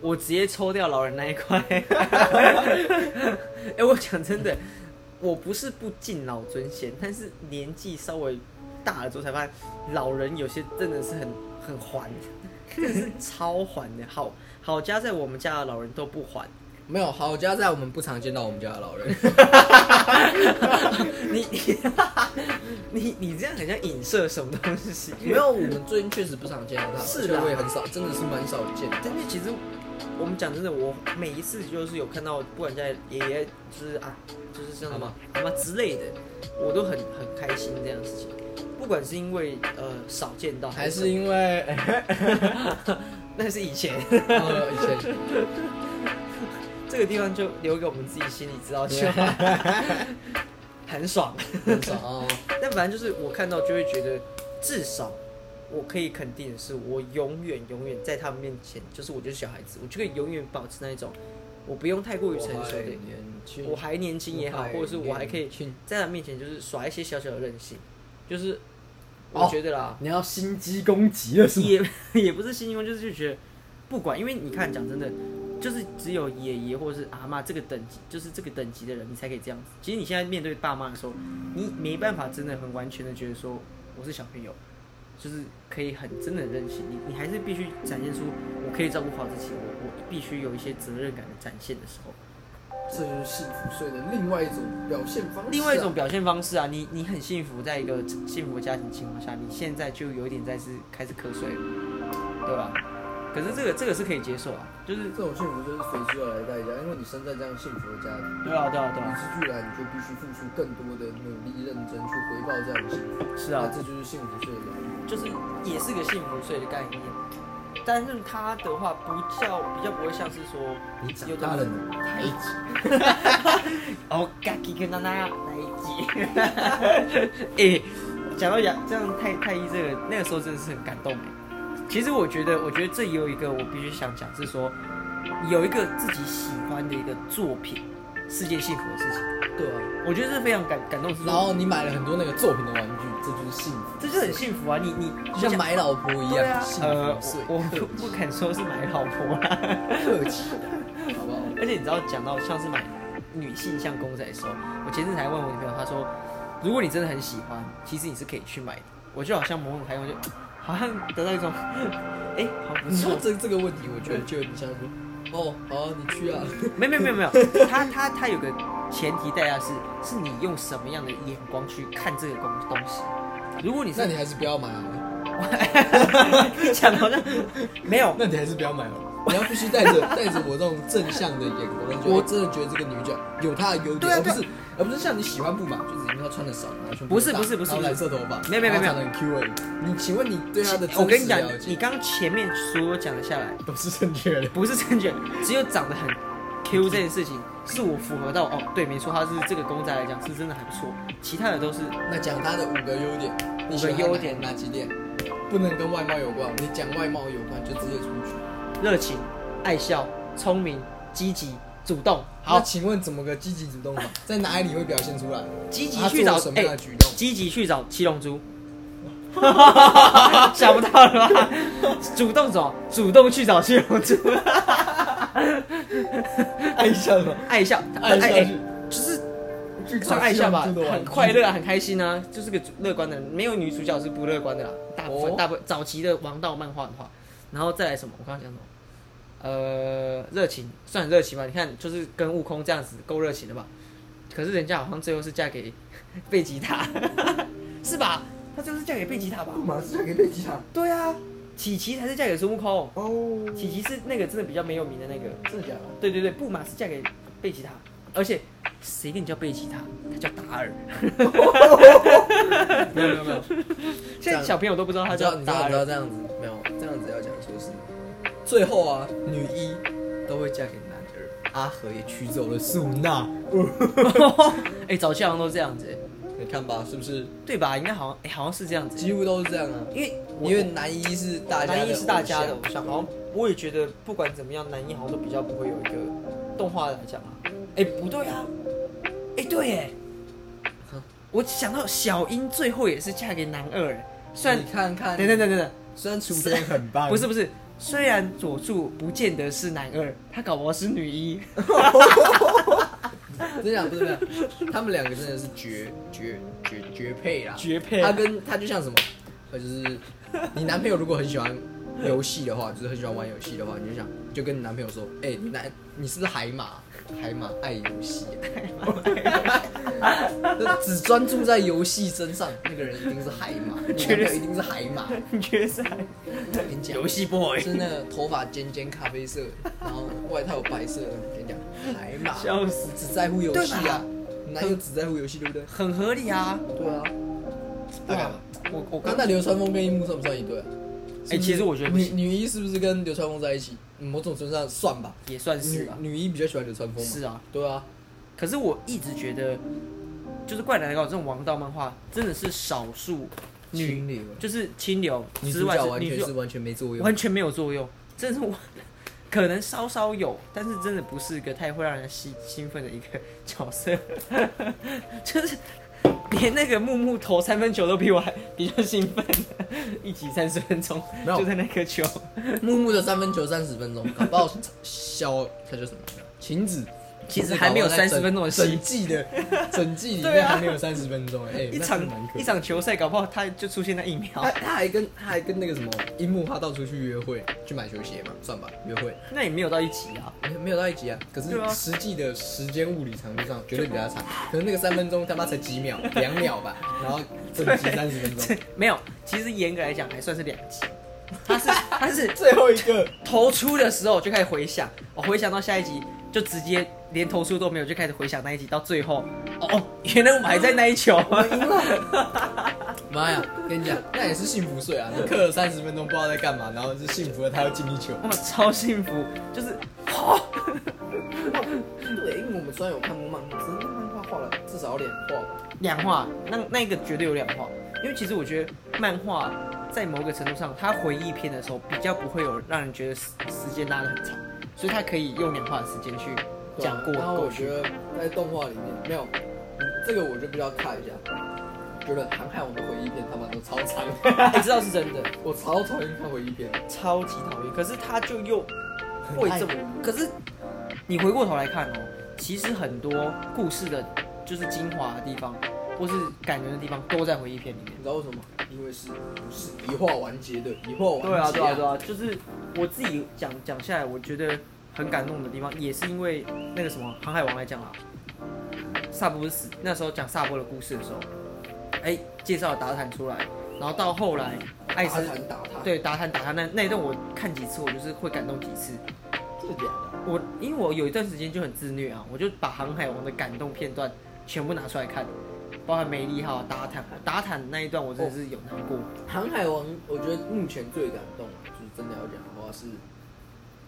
B: 我直接抽掉老人那一块。哎、我讲真的，我不是不敬老尊贤，但是年纪稍微大了之后才发现，老人有些真的是很很还，真的是超还的。好好家在我们家的老人都不还，
A: 没有好家在我们不常见到我们家的老 人，
B: 你 你你你这样很像影射什么东西？
A: 没有，我们最近确实不常见到他，
B: 是
A: 而且
B: 啦
A: 我也很少，真的是蛮少见的。
B: 但是其实我们讲真的，我每一次就是有看到，不管在爷爷就是啊，就是像什么什么之类的，我都很很开心这样的事情。不管是因为呃少见到，
A: 还是因为
B: 那是以前
A: 呃以前
B: 这个地方就留给我们自己心里知道就好， 很爽。
A: 很少哦，
B: 但反正就是我看到就会觉得，至少我可以肯定的是，我永远永远在他们面前，就是我就是小孩子，我就可以永远保持那一种，我不用太过于成熟的
A: 年轻
B: 我还年轻也好，或者是我还可以
A: 去。
B: 在他面前就是耍一些小小的任性，就是
A: 哦
B: 我觉得啦，
A: 你要心机攻击 了是吗？
B: 也也 不是心胸，就是就觉得不管，因为你看讲真的，就是只有爷爷或者是阿嬷这个等级，就是这个等级的人，你才可以这样子。其实你现在面对爸妈的时候，你没办法真的很完全的觉得说我是小朋友，就是可以很真的很任性，你你还是必须展现出我可以照顾好自己，我我必须有一些责任感的展现的时候。
A: 这就是幸福睡的另外一种表现方式啊
B: 另外一种表现方式啊，你你很幸福，在一个幸福的家庭情况下，你现在就有一点在是开始瞌睡了，对吧？可是这个这个是可以接受啊，就是
A: 这种幸福就是随之而来的代价，因为你生在这样幸福的家庭，
B: 对啊对啊对
A: 与之
B: 啊，
A: 俱来，你就必须付出更多的努力、认真去回报这样的幸福。
B: 是
A: 那，
B: 啊
A: 这就是幸福睡的来源。
B: 就是也是个幸福睡的概念，但是它的话不叫比较不会像是说
A: 你长大了，你来一集。
B: 哦，嘎叽跟娜娜呀，来一集。哎、讲到杨这样太太医这个，那个时候真的是很感动哎。其实我觉得，我觉得这也有一个我必须想讲，是说有一个自己喜欢的一个作品是件幸福的事情。
A: 对啊，
B: 我觉得这非常感感动，是
A: 然
B: 说
A: 后你买了很多那个作品的玩具，这就是幸福，
B: 这就很幸福啊！你你
A: 就像买老婆一
B: 对啊
A: 样，，幸
B: 呃
A: 福，睡，
B: 我我不不敢说是买老婆啊啦。
A: 客气的，好不好？
B: 而且你知道，讲到像是买女性像公仔的时候，我前阵子还问我女朋友，她说，如果你真的很喜欢，其实你是可以去买的。我就好像某种还有就， 好像得到一种，哎、好不
A: 你说
B: 错。
A: 这这个问题，我觉得就有点像说，哦，好啊、你 去啊，
B: 没有没有没有没有，她她她有个前提代价是，是你用什么样的眼光去看这个东东西。如果你
A: 那
B: 是
A: 你还是不要买好了，
B: 你 讲的好像没 有，
A: 那你还是不要买好了。你要必须带着带着我这种正向的眼光，就
B: 我
A: 我真的觉得这个女角有她的优
B: 对
A: 点，而
B: 啊
A: 不
B: 对啊
A: 是而不是像你喜欢不满，就是因为她穿的少，然后胸部
B: 不是
A: 大
B: 不是不是
A: 然后
B: 不是
A: 染色头发，
B: 没有没有
A: 然后
B: 没有
A: 长得很 Q 而已。你请问你对她的
B: 我跟
A: 真实
B: 你讲
A: 了，解
B: 你刚刚前面所有讲的下来，
A: 都是正确的，
B: 不是正确，只有长得很 Q 这件事情，是我符合到哦，对，没错，他是这个公仔来讲是真的还不错，其他的都是
A: 那讲她的五个优点，你喜欢
B: 优点
A: 哪几点？不能跟外貌有关，你讲外貌有关就直接出去。
B: 热情、爱笑、聪明、积极、主动。
A: 那
B: 好，
A: 请问怎么个积极主 动法？在哪里会表现出来？
B: 积极
A: 她
B: 去
A: 做
B: 找
A: 了什么样的
B: 哎
A: 举 动？
B: 积极去找七龙珠。 想不到了吧？主动走，主动去找七龙珠，
A: 爱笑吗？
B: 爱笑，
A: 爱笑
B: 哎
A: 是
B: 就是
A: 去
B: 算爱笑吧，
A: 这个玩具
B: 很快乐啊，很开心啊，就是个主乐观的人，没有女主角是不乐观的啦。大部分、
A: 哦
B: 大部分早期的王道漫画的话，然后再来什么？我刚刚讲什么？呃，热情算很热情吧？你看，就是跟悟空这样子够热情了吧？可是人家好像最后是嫁给贝吉塔， 是吧？她最后是嫁给贝吉塔吧？
A: 马是嫁给贝吉塔。
B: 对啊，琪琪才是嫁给孙悟空，
A: 哦，
B: 琪琪是那个真的比较没有名的那个。
A: 真的假的？
B: 对对对，布马是嫁给贝吉塔，而且谁跟你叫贝吉塔？他叫 达尔。
A: 没有没有没有，
B: 现在小朋友都不知道他
A: 你知
B: 叫
A: 道你知
B: 达
A: 道你知道
B: 尔。
A: 这样子没有？这样子要讲说是，最后啊，女一都会嫁给男二，阿和也娶走了素娜。
B: 哎、早期好像都这样子、哎
A: 你看吧，是不是
B: 对吧？应该好像哎、好像是这样子、
A: 几乎都是这样啊？
B: 因为我
A: 因为男一是大家的偶像，
B: 男一是大家的偶像，好像我也觉得不管怎么样，男一好像都比较不会有一个动画来讲啊。哎、不对啊，哎、对哎
A: 哼，
B: 我想到小樱最后也是嫁给男二哎，虽然
A: 你看看，
B: 等等等等等，
A: 虽然雏田很棒，
B: 不是不是，虽然佐助不见得是男二，他搞不好是女一。
A: 真讲不是不是，他们两个真的是绝绝绝绝配啦，
B: 绝配
A: 他跟他就像什么，呃，就是你男朋友如果很喜欢游戏的话，就是很喜欢玩游戏的话，你就想就跟你男朋友说，哎、你男你是不是海马？海马爱游戏、啊 那只专注在游戏身上，那个人一定是海马，你男朋友一定是海马。
B: 你觉得是还
A: 我跟你讲，
B: 游戏 boy？
A: 是那个头发尖尖咖啡色，然后外套白色的。跟你讲，海马
B: 笑死
A: 只在乎游戏
B: 对
A: 啊
B: 吧，
A: 哪有只在乎游戏，对不对？
B: 很合理啊。
A: 对啊，大概吧。
B: 我我刚
A: 刚那流川枫跟樱木算不算一对啊？
B: 哎其实我觉得不
A: 女
B: 行
A: 女一是不是跟流川枫在一起？某种程度上算吧。
B: 也算是
A: 女
B: 啊，
A: 女一比较喜欢流川枫嘛？
B: 是啊。
A: 对啊，
B: 可是我一直觉得，就是《灌篮高手》这种王道漫画，真的是少数女，
A: 女
B: 就是清流
A: 啊女
B: 之
A: 主
B: 外
A: 角
B: 是
A: 完
B: 女
A: 全
B: 主
A: 是完全没作用。
B: 完全没有作用，真的是我可能稍稍有，但是真的不是一个太会让人兴兴奋的一个角色， 就是连那个木木投三分球都比我还比较兴奋，一起三十分钟
A: 没有
B: 就在那颗球，
A: 木木的三分球三十分 钟，搞不好小他叫什么？晴子。
B: 其实还没有
A: 搞不好在整
B: 30分钟的戏
A: 整季 的整季里
B: 对
A: 面
B: 啊
A: 还没有三十分钟，哎，
B: 一
A: 那
B: 场
A: 真的蛮可怕
B: 一场球赛搞不好他就出现那一秒
A: 他，他还跟他还跟那个什么樱木花到处去约会，去买球鞋嘛，算吧，约会
B: 那也没有到一起啊，
A: 没有没有到一集啊，可是
B: 对啊
A: 实际的时间物理长度上绝对比他长，可是那个三分钟他妈才几 秒，两秒吧，然后整集三十分钟，
B: 没有，其实严格来讲还算是两集，他是他是
A: 最后一个
B: 投出的时候就开始回想，哦我、回想到下一集就直接连投出都没有，就开始回想那一集，到最后，哦哦， 原来我们还在那一球，
A: 妈呀，跟你讲，那也是幸福睡 啊，你刻了三十分钟不知道在干嘛，然后是幸福的他要进一球。
B: 我超幸福，就是，哦，
A: 对，因为我们虽然有看过漫画，只是漫画画了至少两画吧，
B: 两话，那那一个绝对有两话，因为其实我觉得漫画在某个程度上，它回忆片的时候比较不会有让人觉得时时间拉得很长，所以它可以用两话的时间去讲过
A: 然后
B: 过
A: 我
B: 去
A: 觉。得在动画里面没有，这个我就必须要看一下。觉得韩看我的回忆片他妈都超长，
B: 你知道是真的，
A: 我超讨厌看回忆片。
B: 超级讨厌。可是他就又会这么，可是你回过头来看哦，其实很多故事的，就是精华的地方，或是感人的地方，都在回忆片里面
A: 你。知道为什么吗？因为是不是一画完结的，一画完结、
B: 对啊，对啊，对啊，就是我自己讲讲下来，我觉得很感动的地方，也是因为那个什么《航海王》来讲啊，萨波死那时候讲萨波的故事的时候，哎、介绍了达坦出来，然后到后来艾
A: 艾斯
B: 斯
A: 坦打他，，
B: 对达坦打他那那一段，我看几次我就是会感动几次。
A: 这点的。
B: 我因为我有一段时间就很自虐啊，我就把《航海王》的感动片段全部拿出来看，包含梅利号、达坦、达坦那一段，我真的是有难
A: 哦
B: 过。
A: 航海王，我觉得目前最感动，就是真的要讲的话是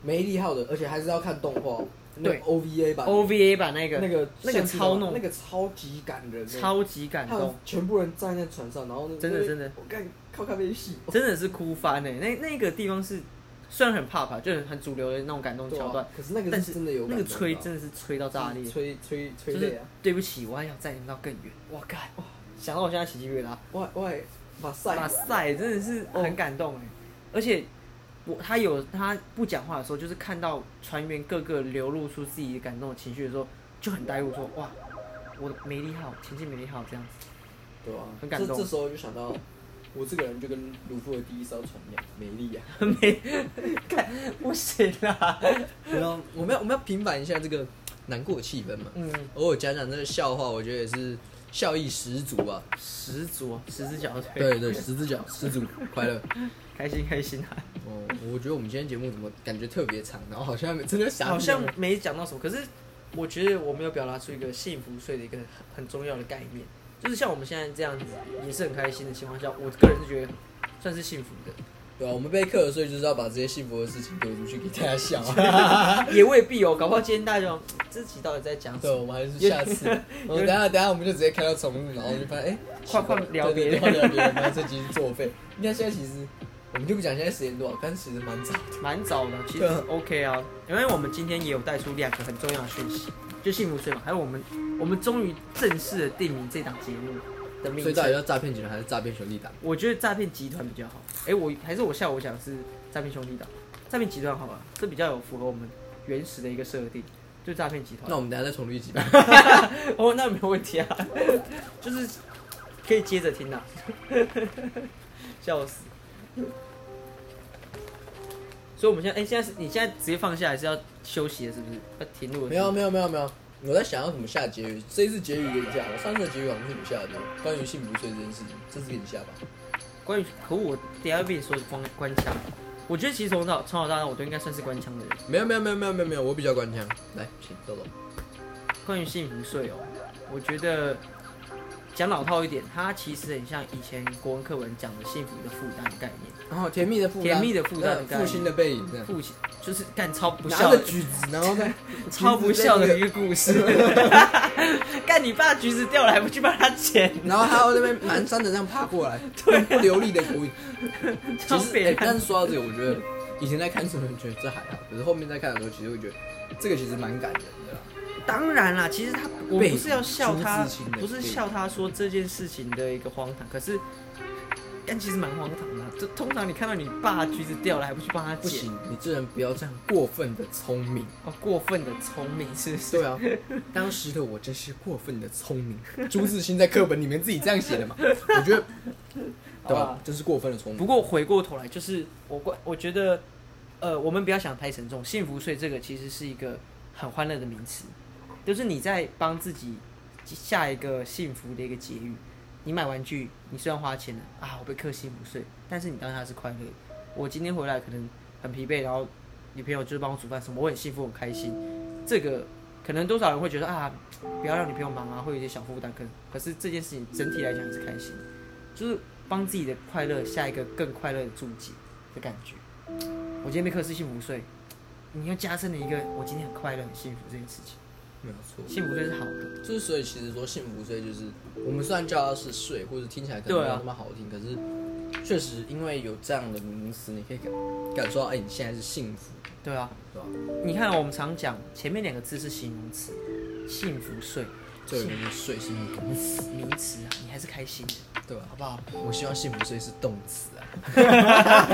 A: 梅利号的，而且还是要看动画，那个
B: 对
A: OVA 版，
B: OVA 版那个
A: 那个
B: 那个超弄
A: 那个超级感人欸，
B: 超级感
A: 他们
B: 动，
A: 全部人站在船上，然后那
B: 真的真的，
A: 我干靠咖啡戏，
B: 真的是哭翻哎、那那个地方是虽然很 pop，啊就是很主流的那种感动
A: 对啊
B: 桥段，
A: 可是那个
B: 但
A: 是真的有
B: 那个
A: 感动
B: 吹
A: 到
B: 真的是吹到炸裂，
A: 吹吹
B: 就
A: 吹泪
B: 是
A: 啊，
B: 对不起，我还想再淋到更远。我靠，哇想到我现在喜剧越拉。
A: 外外马赛
B: 哇塞，真的是很感动哎！而且我他有他不讲话的时候，就是看到船员各个流露出自己感动的情绪的时候，就很呆入说哇，我的美丽号前进美丽号这样子。
A: 对吧、
B: 很感动
A: 这这时候就想到，我这个人就跟鲁夫的第一艘船一样美丽 啊。
B: 美，看不行啊啦。
A: 然后我们要我们要平反一下这个难过的气氛嘛，
B: 嗯，
A: 偶尔讲讲这个笑话，我觉得也是笑意十足吧。
B: 十足啊，十只脚的腿。
A: 对对，十只脚十足，快乐。
B: 开心开心啊！
A: 哦，我觉得我们今天节目怎么感觉特别长，然后好像真的傻，
B: 好像没讲到什么，可是我觉得我没有表达出一个幸福税的一个很很重要的概念，就是像我们现在这样子也是很开心的情况下，我个人是觉得算是幸福的。
A: 对啊，我们被克了，所以就是要把这些幸福的事情丢出去给大家 笑。
B: 也未必哦，搞不好今天大家就这集到底在讲什
A: 对，
B: 么？
A: 我们还是下次，我们等一下等一下我们就直接开到宠物，然后就发现哎，
B: 快快聊别
A: 对对
B: 的
A: 快聊别人，然后这集是作废。你看现在其实我们就不讲现在时间多少，但是其实蛮早的。
B: 蛮早的，其实
A: 对啊
B: OK 啊，因为我们今天也有带出两个很重要的讯息，就幸福水嘛，还有我们我们终于正式的定名这档节目
A: 所
B: 的名
A: 以到底
B: 称。
A: 要诈骗集团还是诈骗兄弟党？
B: 我觉得诈骗集团比较好。哎、我还是我下午想是诈骗兄弟党，诈骗集团好了，这比较有符合我们原始的一个设定，就诈骗集团
A: 那。我们等一下再重录一集吧。
B: 哦，那没有问题啊， 就是可以接着听啊， 笑死。所以我们现在，哎、现在是你现在直接放下来是要休息了，是不是？要停录了？
A: 没有，没有没有没有，我在想要怎么下结语。这一次结语给你下，我上次的结语好像是你下的，关于幸福碎这件事情，这次给你下吧。
B: 关于，可我等一下会被你说是关关枪。我觉得其实从小从小到大，我都应该算是关枪的人。
A: 没有没有没有没有没有没有，我比较官腔。来，请豆豆。
B: 关于幸福税哦，我觉得讲老套一点，它其实很像以前国文课文讲的幸福的负担概念，
A: 然后甜蜜的负担，
B: 甜蜜的负担
A: 呃
B: 概念
A: 负心的背影，这样
B: 父亲就是干超不
A: 拿
B: 孝
A: 着
B: 的。
A: 橘子，然后再
B: 超不孝的一个故 事。干你爸橘子掉了还不去帮他捡，
A: 然后还要那边蹒跚的这样爬过 来，用不流利的国语。其
B: 超
A: 实，哎、
B: 北
A: 但是
B: 烂。
A: 说到这个，我觉得以前在看的时候觉得这还好，可是后面在看的时候，其实会觉得这个其实蛮感人的啦。
B: 当然啦，其实他我
A: 被
B: 不是要笑他
A: 朱自清，的
B: 不是笑他说这件事情的一个荒唐，可是但其实蛮荒唐的啊。就通常你看到你爸橘子掉了还不去帮他
A: 不
B: 捡，
A: 行，你这人不要这样过分的聪明。
B: 哦，过分的聪明是不是？
A: 对啊，当时的我真是过分的聪明。朱自清在课本里面自己这样写的嘛，我觉得，对
B: 好
A: 吧
B: 吧？
A: 真是过分的聪
B: 不
A: 明。
B: 过回过头来，就是我关，我觉得，呃，我们不要想太沉重。幸福税这个其实是一个很欢乐的名词，就是你在帮自己下一个幸福的一个结语。你买玩具，你虽然花钱了啊，我被克幸福税，但是你当下是快乐的。我今天回来可能很疲惫，然后女朋友就是帮我煮饭什么，我很幸福，很开心。这个可能多少人会觉得啊，不要让女朋友忙啊，会有一些小负担。可可是这件事情整体来讲也是开心的，就是帮自己的快乐下一个更快乐的注解的感觉。我今天被克是幸福税，你又加深了一个我今天很快乐、很幸福这件事情。
A: 没有错。
B: 幸福税是好的，
A: 就是所以其实说幸福税就是我们虽然叫它是税，或者听起来可能没
B: 对啊
A: 有那么好听，可是确实因为有这样的名词，你可以感感受到，哎、你现在是幸福，
B: 对啊。
A: 对吧？
B: 你看，我们常讲前面两个字是形容词，幸福税，
A: 这个人的税是一个动词，
B: 名词啊，你还是开心的，
A: 对吧？
B: 好不好？
A: 我希望幸福税是动词啊。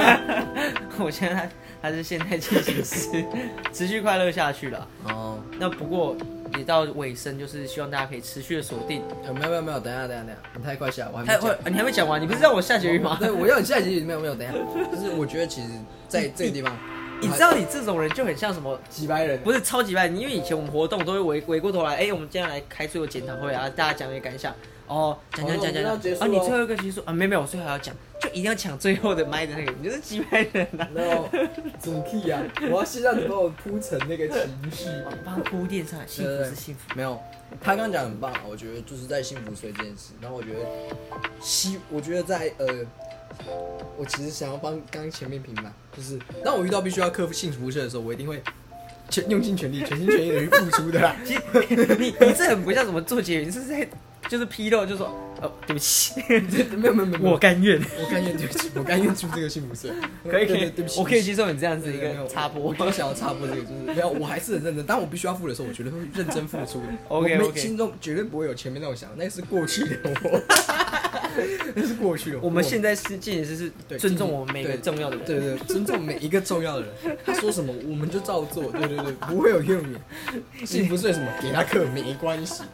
B: 我现在还是现在进行时，持续快乐下去了。
A: 哦，
B: 那不过也到尾声，就是希望大家可以持续的锁定。
A: 呃没有没有没有，等一下等一下等一下，你太快下，我还没
B: 哎，
A: 讲。
B: 会，你还没讲完，你不是让我下结语吗？
A: 哦对，我要你下一集没有没有，等一下，就是我觉得其实在这个地方，
B: 你知道你这种人就很像什么？
A: 几百人
B: 不是超级烂，因为以前我们活动都会回回过头来，哎、我们今天来开最后检讨会啊，大家讲一个感想。哦，讲讲讲讲
A: 好了我们要
B: 讲
A: 结束
B: 啊，你
A: 咯
B: 最后一个结束啊，没有没有，我最后还要讲，就一定要抢最后的麦的那个，你就是几百人啊，
A: ，no，主 key 啊，我要先让你帮我铺成那个情绪。
B: 帮他铺垫上来，幸福是幸福，
A: 没有，他刚刚讲很棒啊，我觉得就是在幸福水这件事。然后我觉得希，我觉得在呃，我其实想要帮刚前面平反，就是当我遇到必须要克服幸福税的时候，我一定会全用尽全力、全心全意的去付出的啦。
B: 其实你你这很不像什么做结语，你是在就是批斗，就说哦，对不起，
A: 没有没有没有，没有
B: 我甘愿，
A: 我甘愿对不起，我甘愿出这个幸福税。
B: 可以可
A: 对对
B: 以
A: 对不，起，
B: 我可以接受你这样子
A: 对
B: 一
A: 对没
B: 个
A: 有
B: 插播
A: 我。刚想要插播这个，就是没有，我还是很认真。当我必须要付的时候，我绝对会认真付 出的。
B: OK，OK
A: 我没心中绝对不会有前面那种想，那是过去的我， 那是过去的
B: 我们现在是进行是
A: 对
B: 是尊重我们每个
A: 对
B: 重要的人，
A: 对对，尊重每一个重要的人，他说什么我们就照做，对对对，不会有怨 言。幸福税什么给他克没关系，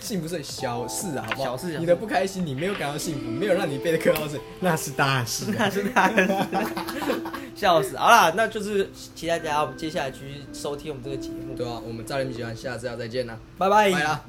A: 幸福税小事啊，好不好？
B: 小事小事
A: 你的不开心，你没有感到幸福，没有让你被克到税，那是大事啊、
B: 那是他的事，笑死！好啦，那就是期待大家我们接下来继续收听我们这个节目。
A: 对啊，我们诈骗集团下次要再见啦，
B: 拜拜。
A: 拜啦。